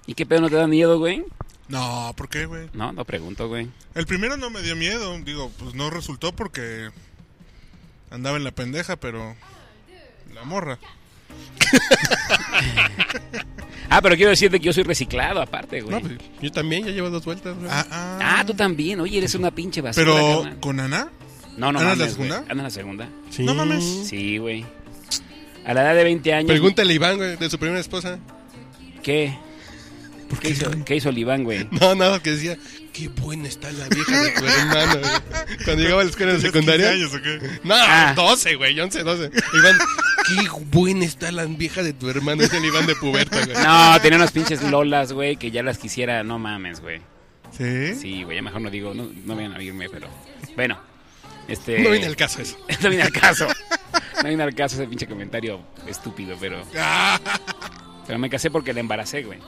C: ¿Y qué pedo no te da miedo, güey?
B: No, ¿por qué, güey?
C: No, no pregunto, güey.
B: El primero no me dio miedo. Digo, pues no resultó porque andaba en la pendeja, pero. La morra.
C: Ah, pero quiero decirte que yo soy reciclado aparte, güey.
A: No, pues, yo también, ya llevo dos vueltas, güey.
B: Ah, ah.
C: Ah, tú también. Oye, eres una pinche basura.
B: Pero,
C: carnal.
B: ¿con Ana?
C: No, no
B: ¿Ana
C: mames,
B: es la
C: güey.
B: segunda?
C: Ana es la segunda.
A: Sí.
B: No mames.
C: Sí, güey. A la edad de 20 años.
A: Pregúntale a Iván, güey, de su primera esposa.
C: ¿Qué? ¿Qué, hizo, ¿Qué hizo el Iván, güey?
A: No, nada, que decía, qué buena está la vieja de tu hermano. güey. Cuando llegaba a la escuela de
B: ¿Tenías
A: secundaria.
B: 15 años o qué?
A: No,
C: Ah.
A: 12, güey, 11, 12. Iván, qué buena está la vieja de tu hermano. Es el Iván de puberta, güey.
C: No, tenía unas pinches lolas, güey, que ya las quisiera. No mames, güey.
B: ¿Sí?
C: Sí, güey, ya mejor no digo. No, no vayan a oírme, pero. Bueno. Este...
A: No viene el caso eso.
C: no viene al caso. No viene al caso ese pinche comentario estúpido, pero. Pero me casé porque la embaracé, güey.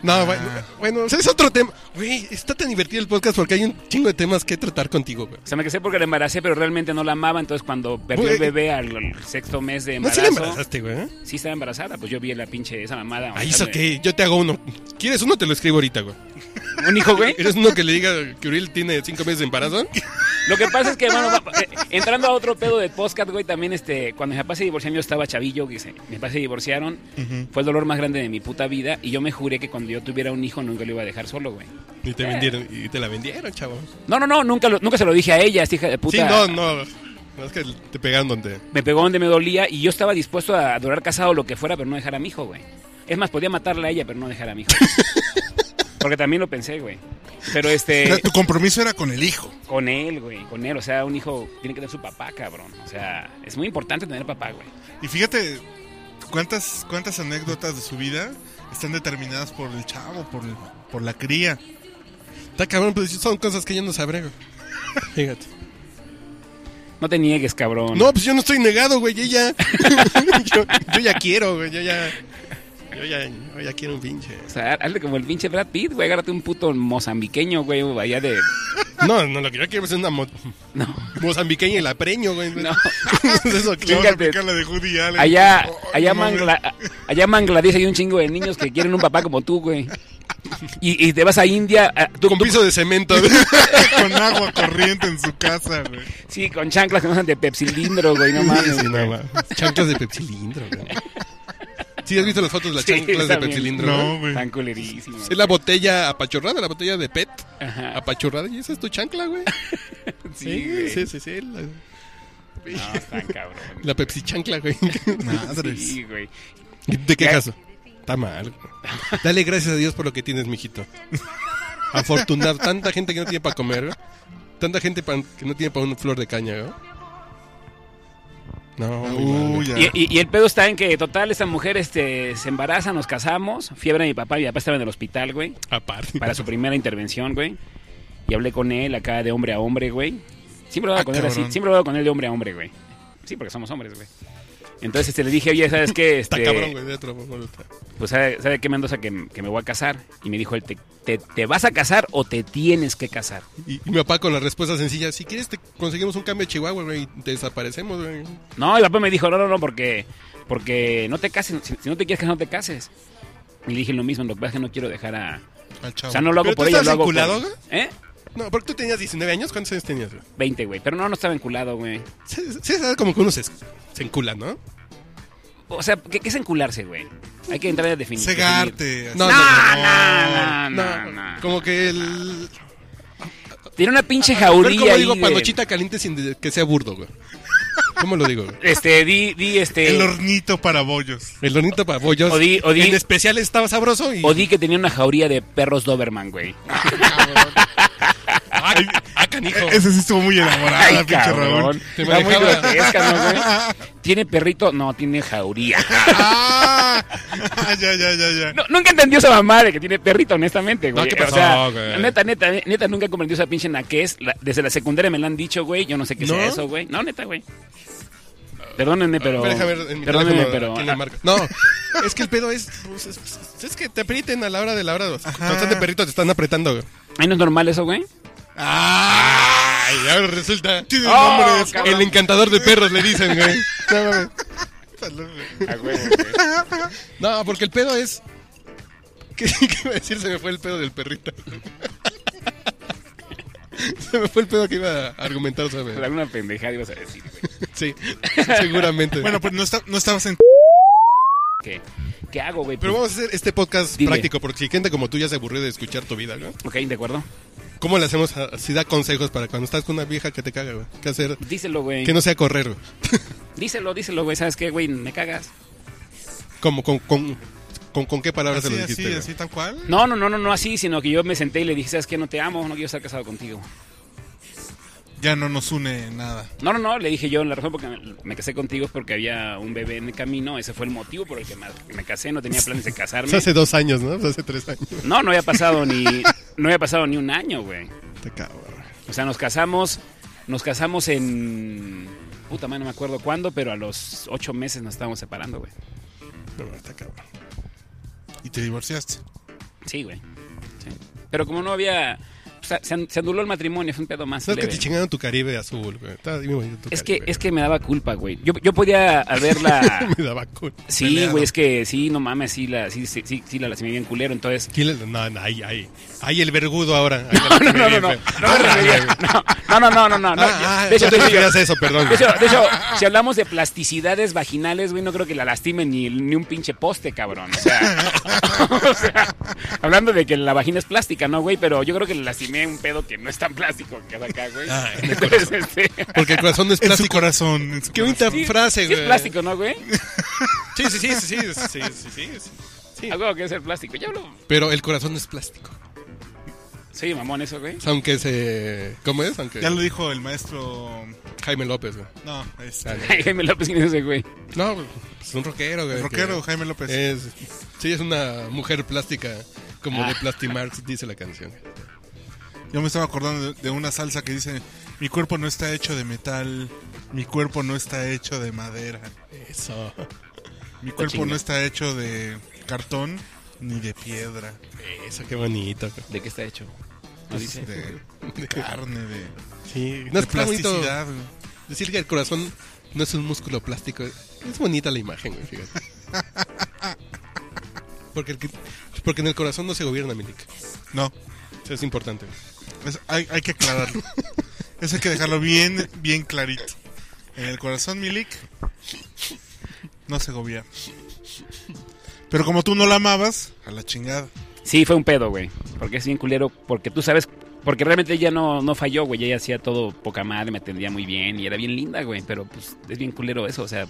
A: No, bueno,
B: Ah.
A: bueno, o sea, es otro tema. Güey, está tan divertido el podcast porque hay un chingo de temas que tratar contigo, güey.
C: O sea, me casé porque la embaracé, pero realmente no la amaba. Entonces, cuando perdí
A: Güey.
C: el bebé al, al sexto mes de
A: ¿No sí
C: embarazo.
A: la embarazaste, güey? ¿eh?
C: Sí, estaba embarazada. Pues yo vi la pinche esa mamada.
A: Ahí
C: o
A: hizo
C: sea,
A: que yo te hago uno. ¿Quieres uno? Te lo escribo ahorita, güey.
C: Un hijo, güey.
A: ¿Eres uno que le diga que Uriel tiene cinco meses de embarazo?
C: Lo que pasa es que, hermano, va- eh, entrando a otro pedo de podcast, güey, también, este, cuando mi papá se divorció, yo estaba chavillo, que se, mi papá se divorciaron. Fue el dolor más grande de mi puta vida. Y yo me juré que cuando yo tuviera un hijo nunca lo iba a dejar solo, güey.
A: Y te vendieron, y te la vendieron, chavo.
C: No, no, no, nunca, lo- nunca se lo dije a ella, esta hija de puta.
A: Sí, no, no. No, Es que te pegaron donde.
C: Me pegó donde me dolía y yo estaba dispuesto a durar casado lo que fuera, pero no dejar a mi hijo, güey. Es más, podía matarla a ella, pero no dejar a mi hijo. Porque también lo pensé, güey. Pero
B: O
C: este,
B: sea, tu compromiso era con el hijo.
C: con él, güey, con él. O sea, un hijo tiene que tener su papá, cabrón. O sea, es muy importante tener papá, güey.
B: Y fíjate cuántas, cuántas anécdotas de su vida están determinadas por el chavo, por, el- por la cría.
A: Está cabrón, pues son cosas que yo no sabré, güey. Fíjate.
C: No te niegues, cabrón.
A: No, pues yo no estoy negado, güey. Yo ya. yo, yo ya quiero, güey. Yo ya. Yo ya, yo ya quiero un pinche.
C: O sea, hazle como el pinche Brad Pitt, güey. Agárrate un puto mozambiqueño, güey, allá de...
A: No, no, lo que yo quiero es una mo-
C: No,
A: mozambiqueña y la preño, güey.
C: no.
A: Eso, claro.
B: Le vamos a
C: Fíjate.
B: aplicar la de Woody Allen.
C: Allá,
B: Oh,
C: allá,
B: no mames.
C: mangla, allá en Bangladesh hay un chingo de niños que quieren un papá como tú, güey. Y, y te vas a India, a- tú,
A: Con
C: tú-
A: piso de cemento.
B: Con agua corriente en su casa, güey.
C: sí, con chanclas que no son de pepsilindro, güey, no mames.
A: Sí, no, güey. chanclas de pepsilindro, güey. ¿Sí has visto las fotos de las
C: Sí,
A: chanclas de
C: también.
A: pepsilindro? güey?
B: No, güey.
C: Tan culerísimo.
A: Es la botella apachurrada, la botella de PET.
C: Ajá.
A: Apachurrada, y esa es tu chancla, güey.
C: Sí, güey.
A: sí, sí, sí. La,
C: No, están cabrón.
A: la Pepsi chancla, güey.
C: Sí, güey.
A: ¿De qué
C: Ya-
A: caso? Está mal. Dale gracias a Dios por lo que tienes, mijito. Afortunar tanta gente que no tiene para comer. güey. Tanta gente pa- que no tiene para una flor de caña, ¿no? No, muy mal,
B: Uy,
A: güey.
B: ya.
C: Y, y- y el pedo está en que, total, esta mujer este, se embaraza, nos casamos, fiebre a mi papá, mi papá estaba en el hospital, güey,
A: Aparte.
C: para su primera intervención, güey. Y hablé con él acá de hombre a hombre, güey. Siempre hablaba
B: Ah,
C: con él así,
B: cabrón.
C: siempre hablaba con él de hombre a hombre, güey. Sí, porque somos hombres, güey. Entonces este, le dije, oye, ¿sabes qué?
A: Está
C: Este,
A: cabrón, güey, de otro modo.
C: pues ¿sabe, sabe qué Mendoza que, que me voy a casar? Y me dijo él, ¿te, te, te vas a casar o te tienes que casar?
A: Y, y mi papá con la respuesta sencilla, si quieres te conseguimos un cambio a Chihuahua, güey, y te desaparecemos, güey.
C: No, y papá me dijo, no, no, no, porque, porque no te cases, si, si no te quieres casar, no te cases. Y le dije lo mismo, lo que pasa es que no quiero dejar a...
B: Al chavo.
C: O sea, no lo hago
B: ¿Pero
C: por
B: tú
C: ella,
B: estás
C: lo hago por-
B: vinculado, güey?
C: ¿Eh?
A: No, porque tú tenías 19 años, ¿cuántos años tenías? güey?
C: 20, güey. Pero no, no estaba enculado, güey.
A: Sí, sí, es como que uno se, se encula, ¿no?
C: O sea, ¿qué, qué es encularse, güey? Hay que entrar a definir.
B: Cegarte.
A: No,
C: No, no, no, Ah, no, no.
A: Como que el...
C: Tiene una pinche
A: Pero
C: jaulilla
A: ¿Cómo
C: ahí
A: digo
C: de-
A: panochita caliente sin de- que sea burdo, güey? ¿Cómo lo digo, güey?
C: Este, di, di, este...
B: El hornito para bollos.
A: El donito para bollos.
C: O di- o di-
A: En especial estaba sabroso y...
C: O di que tenía una jauría de perros Doberman, güey.
A: Ah, ah, canijo.
B: Ese sí estuvo muy elaborado,
C: Eh, Ay,
B: pinche
C: cabrón.
B: Raúl.
A: Te
C: Está muy
A: manejaba.
C: grotesca, ¿no, güey? ¿Tiene perrito? No, tiene jauría.
B: Ah, ya, ya, ya, ya.
C: No, nunca entendió esa mamá de que tiene perrito, honestamente, güey.
A: No, ¿qué pasó,
C: o sea,
A: güey?
C: neta, neta, neta, nunca comprendió esa pinche naqués. La- desde la secundaria me la han dicho, güey. Yo no sé qué
A: ¿No?
C: sea eso, güey. No, neta, güey. Perdónenme, pero.
A: Déjame ver en mi
C: perdónenme,
A: teléfono
C: pero. ah.
A: quién le marca. No, es que el pedo es. pues, es, es que te aprieten a la hora de la hora. Bastante perritos te están apretando. güey.
C: ¿Ay, no es normal eso, güey?
A: Ay, ahora resulta.
B: Tiene
C: Oh,
B: nombre de...
C: cabrón.
A: El encantador de perros le dicen, güey. No, mames.
C: Ah, güey, güey.
A: No, porque el pedo es. ¿Qué, qué iba a decir? Se me fue el pedo del perrito. Se me fue el pedo que iba a argumentar sobre.
C: Alguna pendejada ibas a decir, güey.
A: Sí, seguramente.
B: Bueno, pues no, está- no estabas en...
C: ¿Qué, qué hago, güey? Pues,
A: pero vamos a hacer este podcast
C: Dime.
A: práctico porque si gente como tú ya se aburrió de escuchar tu vida, ¿no?
C: Ok, de acuerdo.
A: ¿Cómo le hacemos a- si da consejos para cuando estás con una vieja que te caga, güey? ¿Qué hacer?
C: Díselo, güey.
A: Que no sea correr, güey.
C: Díselo, díselo, güey. ¿Sabes qué, güey? Me cagas.
A: ¿Cómo, con, con, con, con qué palabras se
B: Así,
A: lo dijiste?
B: así,
A: güey?
B: así, tal cual.
C: No, no, no, no, no así, sino que yo me senté y le dije, ¿sabes qué? No te amo, no quiero estar casado contigo.
B: Ya no nos une nada.
C: No, no, no, le dije yo, la razón por la que me, me casé contigo es porque había un bebé en el camino, ese fue el motivo por el que me, me casé, no tenía planes de
A: O
C: casarme.
A: sea, hace dos años, ¿no? O sea, hace tres años.
C: No, no había pasado ni no había pasado ni un año, güey.
A: Te cago, güey.
C: O sea, nos casamos, nos casamos en puta madre, no me acuerdo cuándo, pero a los ocho meses nos estábamos separando, güey.
A: No, está cabrón.
B: Y te divorciaste.
C: Sí, güey. Sí. Pero como no había o sea, se, an- se anuló el matrimonio, fue un pedo más.
A: ¿Sabes que
C: leve.
A: te chingaron tu Caribe azul, güey? Estaba bien bonito tu
C: es que
A: Caribe,
C: es que me daba culpa, güey. Yo, yo podía haberla
A: güey. Me daba cool.
C: Sí,
B: Peleado.
C: güey, es que sí, no mames, sí la sí sí, sí, sí la lastimé bien culero, entonces
A: ¿Quién le- No, no, ahí, ahí. Ahí el vergudo ahora. Ahí
C: No,
A: la-
C: no, no, no, no. No me refería. No, no, no, no, no. no.
A: Ah, ah,
C: de, hecho,
A: no te
C: de hecho-
A: refieras a eso, perdón.
C: de hecho- de hecho, si hablamos de plasticidades vaginales, güey, no creo que la lastime ni, ni un pinche poste, cabrón. O sea, o sea, hablando de que la vagina es plástica, ¿no, güey? Pero yo creo que le lastimé un pedo que no es tan plástico que es acá, güey.
A: Ah, en el
C: Entonces, este,
A: Porque el corazón no es
B: En su
A: plástico.
B: corazón. en su
A: Qué
B: corazón.
A: bonita
C: sí,
A: frase,
C: sí
A: güey.
C: es plástico, ¿no, güey?
A: Sí, sí, sí, sí, sí, sí, sí, sí, sí. Sí.
C: Algo que es el plástico. Yo hablo...
A: Pero el corazón no es plástico.
C: Sí, mamón, eso, güey.
A: O sea, aunque se... ¿Cómo es? Aunque...
B: Ya lo dijo el maestro...
A: Jaime López, güey.
B: No, este, es
C: Ay, Jaime López, ¿quién es ese, güey?
A: No, pues, es un rockero, güey.
B: el rockero Jaime López.
A: Es, sí, es una mujer plástica, como
C: Ah.
A: de Plastimarx dice la canción.
B: Yo me estaba acordando de, de una salsa que dice, mi cuerpo no está hecho de metal, mi cuerpo no está hecho de madera,
A: Eso.
B: mi cuerpo
C: chinga.
B: no está hecho de cartón ni de piedra,
A: Eso, qué bonito.
C: ¿De qué está hecho? No dice.
B: de, de carne, de,
A: Sí, no
B: de
A: es bonito
B: plasticidad. güey.
A: decir que el corazón no es un músculo plástico. Es bonita la imagen, güey, fíjate. Porque, el que- porque en el corazón no se gobierna, Milik.
B: No,
A: Eso es importante. güey.
B: es- hay, hay que aclararlo. Eso hay que dejarlo bien, bien clarito. En el corazón, Milik, no se gobierna. Pero como tú no la amabas, a la chingada.
C: Sí, fue un pedo, güey. Porque es bien culero, porque tú sabes, porque realmente ella no, no falló, güey. Ella hacía todo poca madre, me atendía muy bien y era bien linda, güey. Pero pues es bien culero eso, o sea,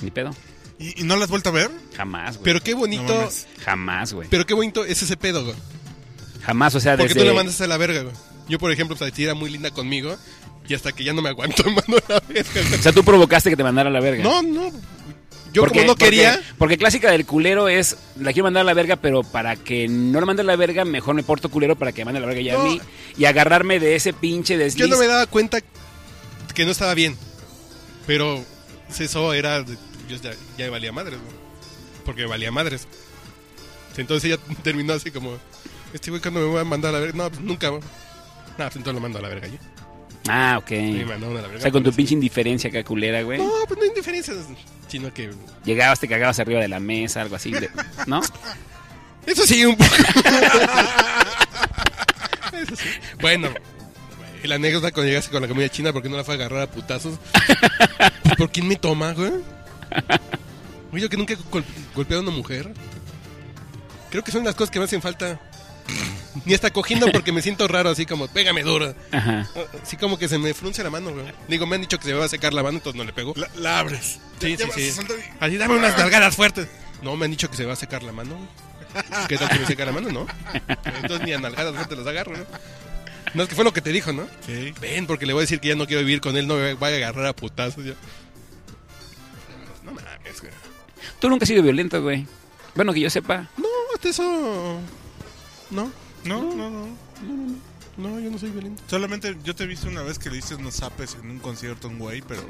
C: ni pedo.
B: ¿Y, y no la has vuelto a ver?
C: Jamás, güey.
A: Pero qué
B: No
A: bonito.
B: mames.
C: Jamás, güey.
A: pero qué bonito es ese pedo, güey.
C: Jamás, o sea,
A: Porque
C: desde...
A: tú le mandas a la verga, güey. Yo, por ejemplo, pues, así era muy linda conmigo. Y hasta que ya no me aguanto, mano, la verga.
C: O sea, tú provocaste que te mandara a la verga.
A: No, no. Yo
C: Porque-
A: como no quería...
C: Porque, porque clásica del culero es, la quiero mandar a la verga, pero para que no la mande a la verga, mejor me porto culero para que me mande a la verga ya
A: No.
C: a mí. Y agarrarme de ese pinche desliz.
A: Yo no me daba cuenta que no estaba bien. Pero eso era. Yo ya, ya me valía madres, güey. Porque me valía madres. Entonces ella terminó así como: Este güey, ¿cuándo me voy a mandar a la verga? No, pues nunca, güey. No, pues entonces lo mando a la verga yo.
C: Ah, ok.
A: Y me mandaron a la verga.
C: o sea, con tu pinche indiferencia acá culera, güey.
A: No, pues no hay diferencias. Sino que.
C: Llegabas, te cagabas arriba de la mesa, algo así. de- ¿No?
A: Eso sí, un poco. Eso sí. Bueno. Y la anécdota cuando llegaste con la comida china, ¿por qué no la fue a agarrar a putazos? Pues, ¿Por quién me toma, güey? Oye, yo que nunca he gol- golpeado a una mujer. Creo que son las cosas que me hacen falta. Ni está cogiendo porque me siento raro, así como, pégame duro.
C: Ajá.
A: Así como que se me frunce la mano, güey. Digo, me han dicho que se me va a secar la mano, entonces no le pego.
B: La, la abres.
A: Sí,
B: Ya vas
A: sí,
B: a
A: sí.
B: saltar
A: Así dame unas nalgadas fuertes. No, me han dicho que se va a secar la mano. ¿Qué tal que me seca la mano? No. Entonces ni a nalgadas fuertes las agarro, ¿no? No, es que fue lo que te dijo, ¿no?
B: y- Sí.
A: Ven, porque le voy a decir que ya no quiero vivir con él, no me va a agarrar a putazos. Yo, No mames, güey.
C: Tú nunca has sido violento, güey. Bueno, que yo sepa.
A: No, hasta eso... No,
B: No, no, no.
A: no, yo no soy violento.
B: Solamente yo te he visto una vez que le diste unos zapes en un concierto a un güey, pero.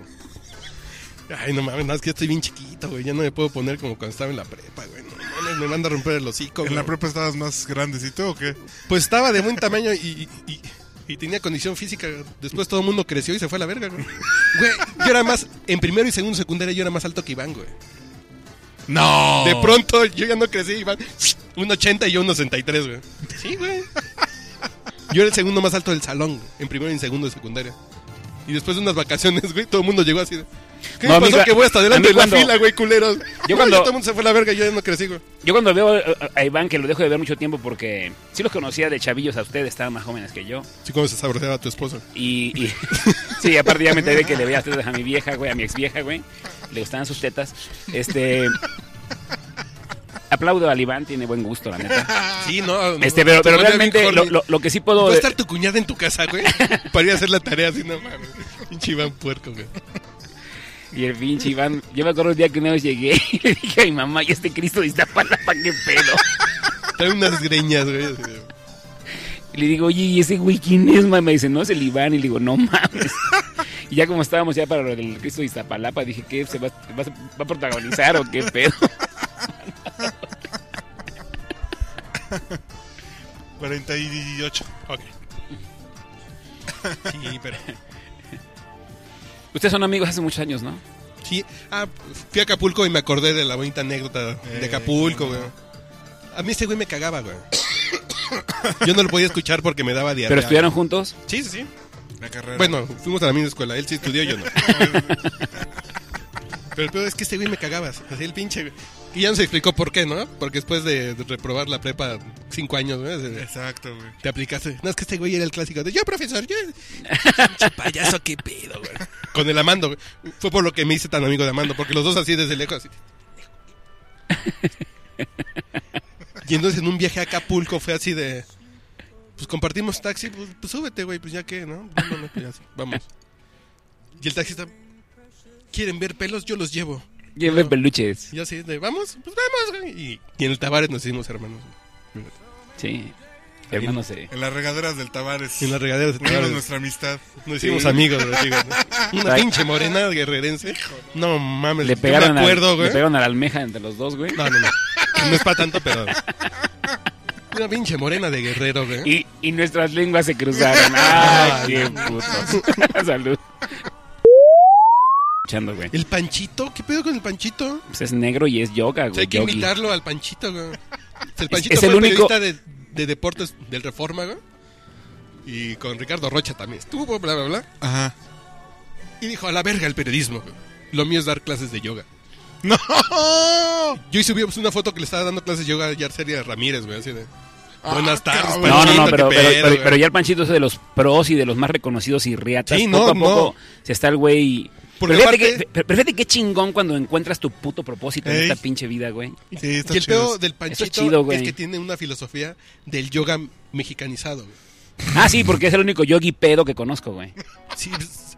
A: Ay, no mames, no, es que yo estoy bien chiquito, güey. Ya no me puedo poner como cuando estaba en la prepa, güey. No mames, me manda a romper el hocico,
B: ¿En
A: güey.
B: la prepa estabas más grandecito o qué?
A: Pues estaba de buen tamaño y, y- y- y tenía condición física. Después todo el mundo creció y se fue a la verga, güey. Güey, yo era más, en primero y segundo secundaria yo era más alto que Iván, güey.
B: No.
C: Oh.
A: De pronto yo ya no crecí, Iván. Un 80 y yo un 63, güey. Sí, güey. Yo era el segundo más alto del salón, güey, en primero y en segundo de secundaria. Y después de unas vacaciones, güey, todo el mundo llegó así de... ¿Qué
C: No, a
A: me
C: mí
A: pasó
C: cua-
A: que voy hasta
C: a
A: adelante de
C: mí
A: la
C: cuando-
A: fila, güey, culeros? No,
C: cuando-
A: ya todo el mundo se fue a la verga y yo ya no crecí, güey.
C: Yo cuando veo a, a Iván, que lo dejo de ver mucho tiempo porque sí los conocía de chavillos a ustedes, estaban más jóvenes que yo.
A: Sí, como se saboreaba tu esposa.
C: Y, y- sí, aparte ya me enteré que le veía tetas a mi vieja, güey, a mi ex vieja, güey. Le gustaban sus tetas. Este. Aplaudo al Iván, tiene buen gusto, la neta.
A: Sí, no. no,
C: Este, pero,
A: se
C: pero
A: ponía bien
C: realmente lo,
A: horny.
C: lo- lo que sí puedo.
A: Va a estar tu cuñada en tu casa, güey. Para ir a hacer la tarea así, no mames. Pinche Iván puerco, güey.
C: Y el pinche Iván, yo me acuerdo el día que una vez llegué y le dije a mi mamá, y este Cristo de Iztapalapa, qué pedo.
A: Trae unas greñas, güey. así de-
C: Y le digo, oye, ¿y ese güey quién es, mamá? Y me dice, no, es el Iván. Y le digo, no mames. Y ya como estábamos ya para lo del Cristo de Iztapalapa, dije, ¿qué? ¿Se va, va- va a protagonizar o qué pedo?
B: 48.
A: Ok. Sí, pero.
C: Ustedes son amigos hace muchos años, ¿no?
A: Sí. Ah, fui a Acapulco y me acordé de la bonita anécdota de
B: Eh,
A: Acapulco,
B: cómo
A: güey.
B: no.
A: A mí ese güey me cagaba, güey. Yo no lo podía escuchar porque me daba diarrea.
C: ¿Pero estudiaron juntos?
A: Sí, sí, sí.
B: La carrera.
A: Bueno, fuimos a la misma escuela. Él sí estudió, yo no. Pero el peor es que este güey me cagabas. Así el pinche. Y ya nos explicó por qué, ¿no? Porque después de de reprobar la prepa cinco años, güey. se-
B: Exacto, güey.
A: Te aplicaste. No, es que este güey era el clásico de yo, profesor, yo. Pinche payaso, qué pedo, güey. Con el Amando, güey. Fue por lo que me hice tan amigo de Amando, porque los dos así desde lejos. así. Y entonces en un viaje a Acapulco fue así de. Pues compartimos taxi, pues, pues súbete, güey, pues ya que, ¿no? No, no, pues ya sí, vamos. Y el taxista. ¿Quieren ver pelos? Yo los llevo.
C: Lleven peluches.
A: Y yo así de, vamos, pues vamos, güey. Y, y en el Tabares nos hicimos hermanos. güey.
C: Sí. eh, Hermano, sé.
B: En las regaderas del Tavares.
A: En las regaderas de
B: Unimos
A: Tabares.
B: nuestra amistad.
A: Nos hicimos
C: Sí.
A: amigos, güey, digo, ¿no? Una
C: Ay.
A: pinche morena guerrerense. No mames,
C: Le
A: Pues yo
C: pegaron,
A: me acuerdo,
C: al-
A: güey.
C: le pegaron a la almeja entre los dos, güey.
A: No, no, no. No es para tanto, pero. Una pinche morena de guerrero, güey.
C: Y, y nuestras lenguas se cruzaron. ¡Ay, qué puto! Salud. Escuchando, güey.
A: El panchito, ¿qué pedo con el panchito?
C: Pues es negro y es yoga,
A: O
C: güey.
A: sea, hay que
C: yogi.
A: invitarlo al panchito, güey. El panchito
C: es
A: fue
C: el
A: el,
C: único-
A: periodista de, de deportes del Reforma, güey. Y con Ricardo Rocha también estuvo, bla, bla, bla.
B: Ajá.
A: Y dijo, a la verga el periodismo, güey. Lo mío es dar clases de yoga.
B: ¡No!
A: Yo subí pues, una foto que le estaba dando clases de yoga a Yarcelia Ramírez, güey, así de...
C: Ah,
A: Buenas tardes,
B: cabrón.
C: No, no,
A: Panchito,
C: no,
A: qué
C: pero, pero,
A: pedo,
C: pero-
A: güey".
C: pero ya el Panchito es de los pros y de los más reconocidos y riatas.
A: Sí,
C: poco
A: no,
C: a poco se está el güey... Pero
A: Porque
C: fíjate,
A: aparte-
C: que, pero fíjate qué chingón cuando encuentras tu puto propósito en
B: Ey.
C: esta pinche vida, güey.
B: Sí, está
A: Y el
B: chido.
A: pedo del
C: Eso
A: Panchito
C: es chido, güey.
A: es que tiene una filosofía del yoga mexicanizado, güey.
C: Ah, sí, porque es el único yogi pedo que conozco, güey.
A: Sí, pues,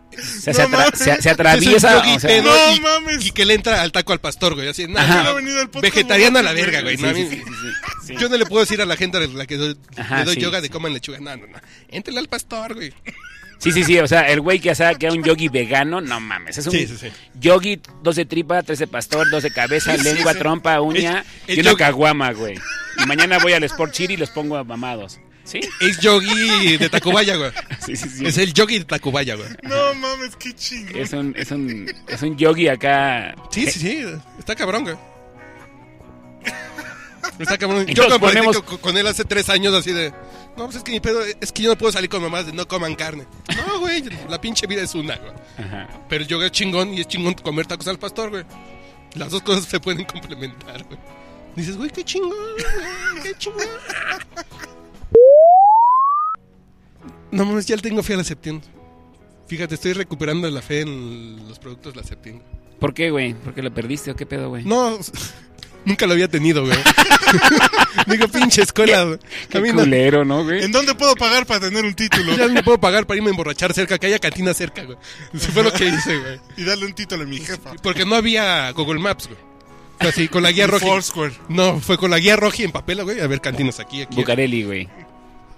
B: No
C: O sea, se, atra-
B: mames.
C: se- se
A: es un
C: atraviesa.
A: yogi
C: o sea,
A: pedo
B: No
A: y,
B: mames.
A: y que le entra al taco al pastor, güey. Así, nada,
C: Ajá.
B: No ha venido al podcast,
A: vegetariano a la
B: güey.
A: verga, güey.
C: sí,
A: no, a
C: sí,
A: mí-
C: sí, sí, sí.
A: Yo no le puedo decir a la gente a la que doy,
C: Ajá,
A: le doy
C: sí.
A: yoga de coman lechuga. No, no, no. Éntrale al pastor, güey.
C: Sí, sí, sí, o sea, el güey que hace que era un yogi vegano, no mames, es un
A: Sí, sí, sí.
C: yogi, dos de tripa, tres de pastor, dos de cabeza, lengua, trompa, uña
A: Es- es
C: y una
A: yogi.
C: caguama, güey. Y mañana voy al Sport City y los pongo a mamados. ¿Sí?
A: Es yogi de Tacubaya, güey.
C: Sí, sí, sí.
A: Es el yogi de Tacubaya, güey.
B: No mames, qué chingón.
A: Eh,
C: Es un, es un, es un yogi acá.
A: Sí, sí, sí. Está cabrón, güey. Está cabrón.
C: Entonces
A: Yo compartí
C: ponemos-
A: co- con él hace tres años así de... No, pues es que mi pedo es que yo no puedo salir con mamás de no coman carne. No, güey, la pinche vida es una, güey.
C: Ajá.
A: Pero el yoga es chingón y es chingón comer tacos al pastor, güey. Las dos cosas se pueden complementar, güey. Dices, güey, qué chingón, güey, qué chingón. No mames, ya le tengo fe a la Septién. Fíjate, estoy recuperando la fe en los productos de la Septién.
C: ¿Por qué, güey? ¿Por qué lo perdiste o qué pedo, güey?
A: No, nunca lo había tenido, güey. Digo, pinche escuela, güey.
C: qué
A: Camino.
C: culero, ¿no, güey?
B: ¿En dónde puedo pagar para tener un título?
A: Ya no puedo pagar para irme a emborrachar cerca, que haya cantina cerca, güey. Eso fue lo que hice, güey.
B: Y darle un título a mi jefa.
A: Porque no había Google Maps, güey. Fue así, con la guía
B: Y
A: roja.
B: Foursquare.
A: No, fue con la guía roja y en papel, güey. A ver, cantinas aquí, aquí.
C: Bucareli, güey.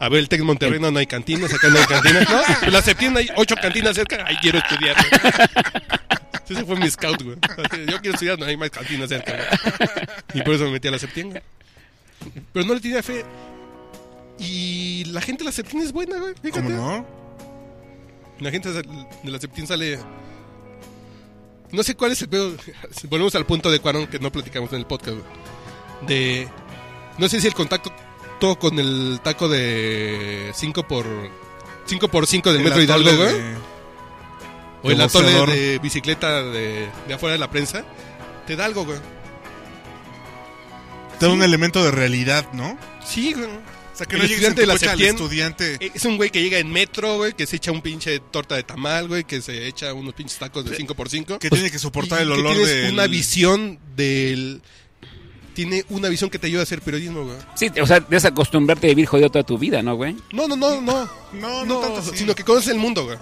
A: A ver, el Tec
B: Eh.
A: Monterrey, no, no hay cantinas, acá no hay cantinas. No, en la Septién hay ocho cantinas cerca, ahí quiero estudiar, güey. Ese fue mi scout, güey. Así, Yo quiero estudiar, no hay más cantinas cerca, güey. Y por eso me metí a la Septién, güey. Pero no le tenía fe. Y la gente de la Septién es buena, güey. Fíjate.
B: ¿Cómo no?
A: La gente de la Septién sale. No sé cuál es el pedo. Volvemos al punto de Cuarón que no platicamos en el podcast. güey. De. No sé si el contacto todo con el taco de 5 por 5 por 5 del metro
B: El
A: Hidalgo,
B: atole
A: güey.
B: de-
A: O el
B: de
A: atole
B: boxeador.
A: de bicicleta de, de afuera de la prensa. Te da algo, güey.
B: Te da un elemento de realidad, ¿no?
A: Sí, güey. O sea, que el
B: Que no llegues en
A: estudiante
B: tu
A: de la
B: coche al
A: Septién eh,
B: estudiante.
A: E, es un güey que llega en metro, güey, que se echa un pinche torta de tamal, güey, que se echa unos pinches tacos de 5 por Pues 5
B: Que tiene que soportar
A: Y
B: el
A: que
B: olor
A: tienes
B: de.
A: una visión del tiene una visión que te ayuda a hacer periodismo, güey.
C: Sí, o sea, desacostumbrarte a vivir jodido toda tu vida, ¿no, güey?
A: No, no, no, no.
B: No, no,
A: No,
B: tanto así.
A: sino que conoces el mundo, güey.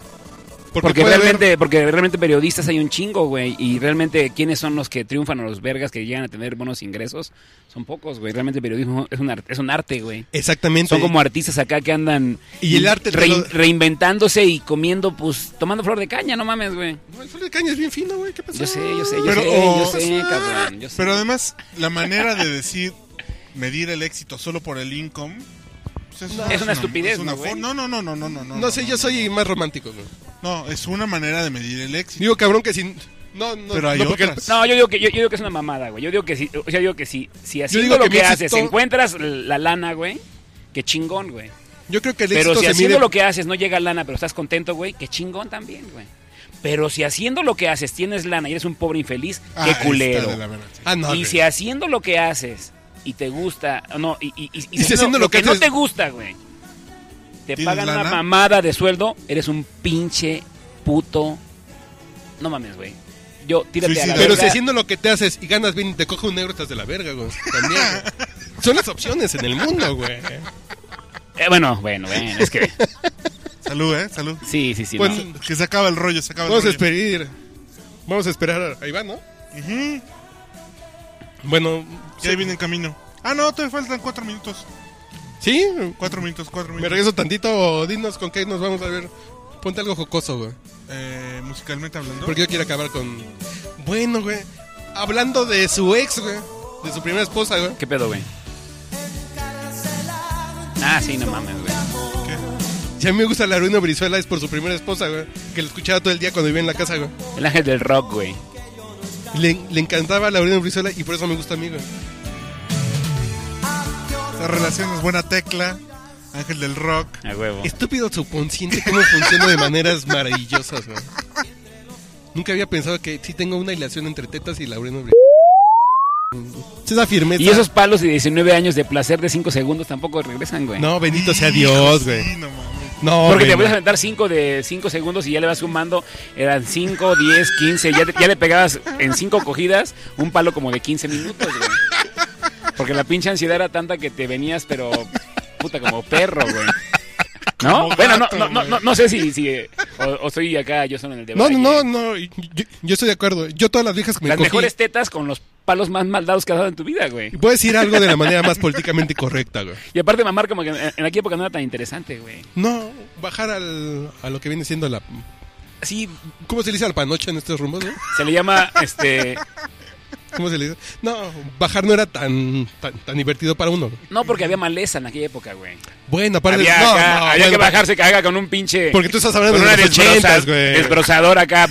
A: Porque,
C: Porque
A: puede
C: realmente,
A: haber-
C: porque realmente periodistas hay un chingo, güey. Y realmente, ¿quiénes son los que triunfan o los vergas que llegan a tener buenos ingresos? Son pocos, güey. Realmente el periodismo es un, ar- es un arte, güey.
A: exactamente
C: Son como artistas acá que andan
A: Y el arte te
C: rein-
A: lo-
C: reinventándose y comiendo, pues, tomando flor de caña, no mames, güey.
A: No, el flor de caña es bien fino, güey. ¿Qué pasa?
C: Yo sé, yo sé, yo
B: Pero-
C: sé, yo
B: oh.
C: sé, cabrón. Yo sé.
B: Pero además, la manera de decir medir el éxito solo por el income. pues es,
C: Es una estupidez,
B: es una
C: ¿no, güey?
B: for- no, no, no, no, no, no, no.
A: No sé, yo soy más romántico, güey.
B: No, es una manera de medir el éxito.
A: Digo, cabrón, que sin no, no,
B: Pero hay
A: no, porque-
B: otras.
C: No, yo digo que yo, yo digo que es una mamada, güey. Yo digo que si, o sea, yo digo que si, si haciendo
A: digo
C: lo
A: que
C: que,
A: mi
C: haces,
A: éxito-
C: encuentras la lana, güey, qué chingón, güey.
A: Yo creo que el
C: Pero
A: éxito
C: si
A: se
C: haciendo
A: mide.
C: lo que haces no llega lana, pero estás contento, güey, qué chingón también, güey. Pero si haciendo lo que haces tienes lana y eres un pobre infeliz,
B: Ah,
C: qué
B: está
C: culero.
B: de la verga, sí.
A: Ah, no.
C: y
A: güey.
C: si haciendo lo que haces y te gusta, no, y, y, y- y
A: si haciendo lo que
C: no
A: haces-
C: te gusta, güey, te
B: ¿Tienes
C: pagan una
B: lana?
C: mamada de sueldo, eres un pinche puto. No mames, güey. Yo, tírate a la
B: Suicida.
A: Pero si
C: verga.
A: haciendo lo que te haces y ganas bien y te coge un negro, estás de la verga, güey. También. güey. Son las opciones en el mundo, güey.
C: Eh, bueno, bueno, bueno, es que
B: Salud, ¿eh? Salud.
C: sí, sí, sí.
A: Pues,
C: no.
B: Que se acaba el rollo, se acaba el
A: Vamos a
B: rollo.
A: esperar. Vamos a esperar. Ahí va, ¿no?
B: Ujú,
A: Bueno,
B: Ya viene en camino. Ah, no, todavía faltan cuatro minutos.
A: ¿sí?
B: Cuatro minutos, cuatro
A: Me
B: minutos.
A: regreso tantito o dinos con qué nos vamos a ver. Ponte algo jocoso, güey.
B: Eh, musicalmente hablando.
A: Porque yo quiero acabar con... Bueno, güey. Hablando de su ex, güey. De su primera esposa, güey.
C: ¿Qué pedo, güey? Ah, sí, no mames, güey.
A: Si a mí me gusta la ruina Brizuela es por su primera esposa, güey. Que lo escuchaba todo el día cuando vivía en la casa, güey.
C: El ángel del rock, güey.
A: Le, le encantaba la ruina Brizuela y por eso me gusta a mí, güey.
B: La relación es buena tecla. Ángel del rock.
C: A huevo.
A: Estúpido subconsciente cómo funciona de maneras maravillosas, güey. Nunca había pensado que sí tengo una hilación entre tetas y la ruina Brizuela. Es la firmeza.
C: Y esos palos de 19 años de placer de 5 segundos tampoco regresan, güey.
A: No, bendito sea Dios, güey.
B: Sí, no mames.
A: No,
C: Porque te
A: güey,
C: puedes aventar 5 de 5 segundos y ya le vas sumando. Eran 5, 10, 15. Ya, te- ya le pegabas en 5 cogidas un palo como de 15 minutos, güey. Porque la pinche ansiedad era tanta que te venías, pero puta, como perro, güey. ¿No?
B: Como
C: Bueno, no,
B: gato,
C: no, no,
B: güey.
C: no, no sé si, si eh, o, o estoy acá, yo soy en el de
A: No,
C: Valle.
A: no, no, no, yo, yo estoy de acuerdo. Yo todas las viejas que me
C: Las
A: cogí...
C: mejores tetas con los palos más maldados que has dado en tu vida, güey.
A: Y Voy a decir algo de la manera más políticamente correcta, güey.
C: Y aparte mamar como que en, en aquella época no era tan interesante, güey.
A: No, bajar al, a lo que viene siendo la...
C: Así
A: ¿Cómo se le dice al panocha en estos rumbos, no?
C: se le llama, este...
A: ¿Cómo se le dice? No, bajar no era tan, tan, tan divertido para uno.
C: No, porque había maleza en aquella época, güey.
A: Bueno, aparte...
C: había
A: no,
C: acá-
A: no,
C: había
A: bueno,
C: que bajarse caga con un pinche...
A: Porque tú estás
C: con
A: hablando de
C: una
A: los
C: desbroza-
A: ochentas, güey.
C: desbrozador acá.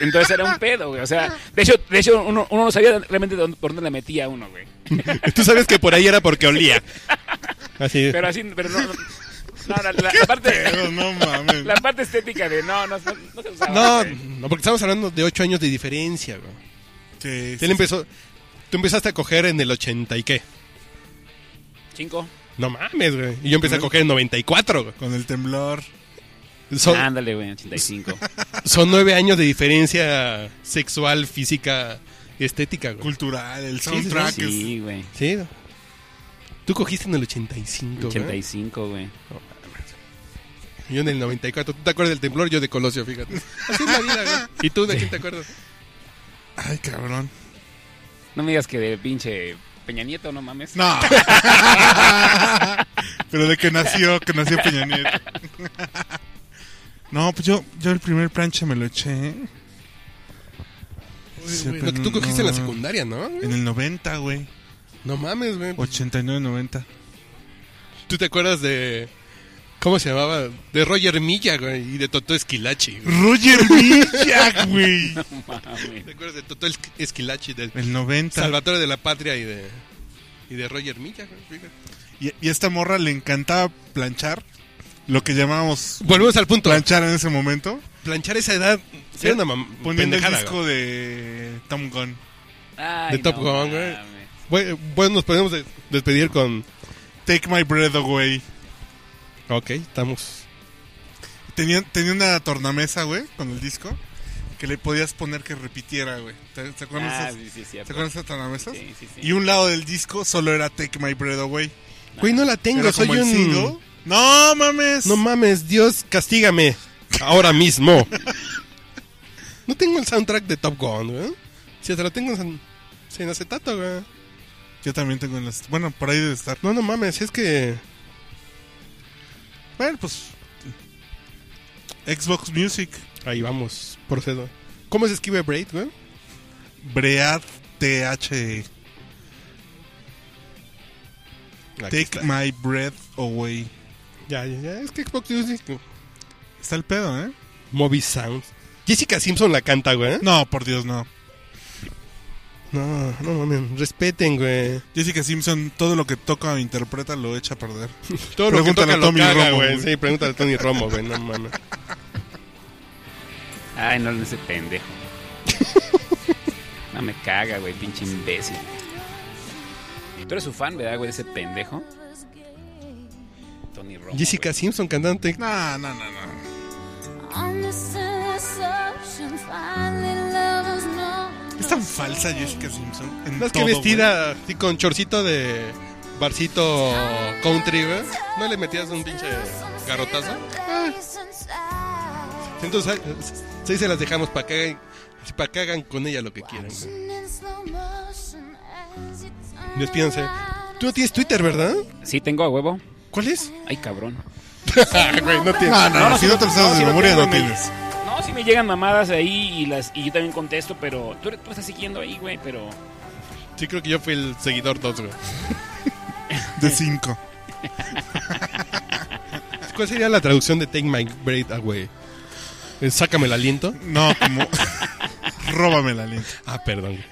C: Entonces era un pedo, güey. O sea, de hecho, de hecho uno, uno no sabía realmente dónde- por dónde le metía a uno, güey.
A: Tú sabes que por ahí era porque olía. Así.
C: Pero así, pero no... no, no, la, la- la
B: Pero
C: parte,
B: no mames.
C: la parte estética de no, no, no, no se usaba.
A: No,
C: güey.
A: no, porque estamos hablando de ocho años de diferencia, güey.
B: Sí, sí,
A: Él empezó... Tú empezaste a coger en el 80 y qué.
C: Cinco.
A: No mames, güey. Y yo empecé a coger en 94, güey.
B: Con el temblor.
A: Son,
C: Ándale, güey, 85.
A: son nueve años de diferencia sexual, física, estética, güey.
B: Cultural, el
A: Sí,
B: soundtrack. es-
C: sí, güey.
A: Sí. Tú cogiste en el 85, güey.
C: 85, güey.
A: Yo en el 94. ¿Tú te acuerdas del temblor? Yo de Colosio, fíjate. Así es la vida, güey. ¿Y tú de quién te acuerdas?
B: Ay, cabrón.
C: No me digas que de pinche Peña Nieto, no mames.
B: No. Pero de que nació, que nació Peña Nieto. No, pues yo, yo el primer plancha me lo eché Sí,
A: Lo
B: pero
A: que tú cogiste en la
B: no.
A: secundaria, ¿no?
B: en el 90, güey.
A: No mames, güey.
B: 89-90.
A: ¿Tú te acuerdas de. ¿Cómo se llamaba? De Roger Milla, güey. Y de Totó Esquilachi, güey.
B: Roger Villa, güey.
C: mames.
A: ¿Te acuerdas de Totó Esqu- Esquilachi? De
B: El 90.
A: Salvatore de la Patria y de. Y de Roger Milla, güey. fíjate.
B: Y, y a esta morra le encantaba planchar. Lo que llamábamos
A: Volvemos al punto.
B: planchar en ese momento.
A: Planchar esa edad era una mam-
B: Poniendo el
A: pendejada,
B: disco
A: güey.
B: de Tom Gunn.
C: Ay,
A: De Top
C: no
A: Gun, güey.
C: mames.
A: Bueno, bueno, nos podemos des- despedir con...
B: Take My Breath Away.
A: Ok, estamos...
B: Tenía, tenía una tornamesa, güey, con el disco. Que le podías poner que repitiera, güey. ¿Te, te acuerdas?
C: Ah,
B: esas-
C: sí, sí, es
B: ¿Te
C: cierto.
B: acuerdas de esas tornamesas?
C: Sí, sí, sí.
B: Y un lado del disco solo era Take My Breath Away.
A: Güey, no la tengo,
B: Era
A: soy
B: como el
A: un...
B: single. No mames.
A: No mames, Dios, castígame. Ahora mismo. no tengo el soundtrack de Top Gun, güey. Si te lo tengo en, en acetato, güey.
B: Yo también tengo en las. Bueno, por ahí debe estar.
A: No, no mames, es que...
B: Bueno, pues. Xbox Music.
A: Ahí vamos, procedo. ¿Cómo se escribe Braid, güey?
B: Bread THE.
A: Aquí
B: Take
A: está.
B: My Breath Away.
A: Ya, ya, ya, es que Xbox Music...
B: Está el pedo, ¿eh?
A: Moby Sound. Jessica Simpson la canta, güey.
B: No, por Dios, no.
A: No, no mames, respeten, güey.
B: Jessica Simpson, todo lo que toca o interpreta lo echa a perder.
A: Todo lo que
B: Pregúntale
A: toca
B: a
A: lo
B: Tommy
A: caga,
B: Romo,
A: güey.
B: güey.
A: Sí, pregúntale a Tony Romo, güey. No mames.
C: Ay, no, no ese pendejo. no me caga, güey, pinche imbécil. Tú eres su fan, ¿verdad, güey, de ese pendejo? Tony Romo.
A: Jessica Simpson, cantante.
B: No, no, no, no. Es tan falsa Jessica Simpson. En
A: Más que
B: todo,
A: vestida así con chorcito de barcito country, güey. ¿No le metías un pinche garrotazo? Entonces, ah, sí se las dejamos para que, hagan- pa' que hagan con ella lo que quieran. güey. Despídanse. Tú no tienes Twitter, ¿verdad?
C: Sí, tengo a huevo.
A: ¿Cuál es?
C: Ay, cabrón.
A: Güey, no tienes.
B: güey. No, no, no, si no te lo sabes
C: no,
B: de
C: si no
B: memoria
C: tengo
B: no
C: mi-
B: tienes.
C: No, sí me llegan mamadas ahí y las y yo también contesto, pero tú, tú estás siguiendo ahí, güey, pero
A: Sí, creo que yo fui el seguidor 2, güey.
B: De cinco.
A: ¿Cuál sería la traducción de Take My Breath Away? Eh, Sácame el aliento.
B: No, como... Róbame la lente.
A: Ah, perdón.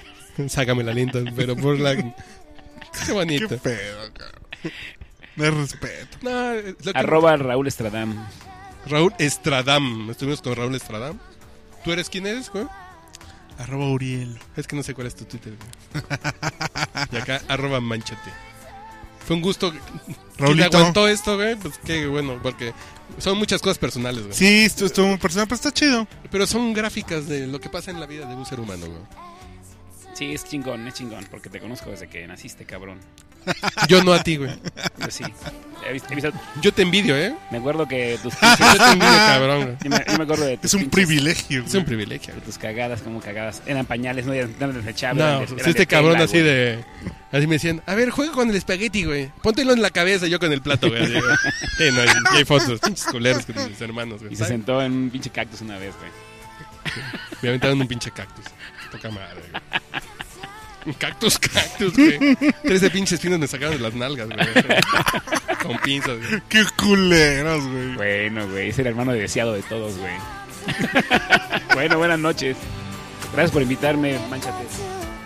A: Sácame el aliento, pero por la. Qué
B: Qué
A: bonito.
B: pedo, cabrón. De respeto.
A: No, es lo que-
C: arroba Raúl Estradam.
A: Raúl Estradam. Estuvimos con Raúl Estradam. ¿Tú eres quién eres, güey?
B: Arroba Uriel.
A: Es que no sé cuál es tu Twitter. güey. Y acá, arroba manchate. Fue un gusto. ¿Quién le
B: Raulito.
A: aguantó esto, güey? Pues qué bueno, porque son muchas cosas personales, güey.
B: Sí, esto estuvo muy personal, pero está chido.
A: Pero son gráficas de lo que pasa en la vida de un ser humano, güey.
C: Sí, es chingón, es chingón, porque te conozco desde que naciste, cabrón.
A: Yo no a ti, güey.
C: Yo sí. He visto- he visto-
A: Yo te envidio, ¿eh?
C: me acuerdo que tus
A: Yo
C: pinches.
A: te envidio, cabrón, güey.
C: yo me, yo me acuerdo de tus
B: Es un
C: pinches-
B: privilegio.
A: Es un
B: güey.
A: privilegio,
C: de
A: güey.
C: tus cagadas, como cagadas. Eran pañales, no eran, no eran desechables.
A: No,
C: eran de-
A: si
C: eran de
A: este cabrón
C: tela,
A: así
C: güey.
A: de... Así me decían, a ver, juega con el espagueti, güey. Póntelo en la cabeza, yo con el plato, güey. Así, güey. Sí, no, hay, y hay fotos, pinches culeros con mis hermanos, güey.
C: Y se sentó en un pinche cactus una vez, güey.
A: Me aventaron un pinche cactus. Poca madre, güey. Un cactus, cactus, güey. Trece pinches pinos me sacaron de las nalgas, güey. Con pinzas, güey.
B: Qué culeros, güey.
C: Bueno, güey, es el hermano deseado de todos, güey. bueno, buenas noches. Gracias por invitarme, manchate.
D: Thank you.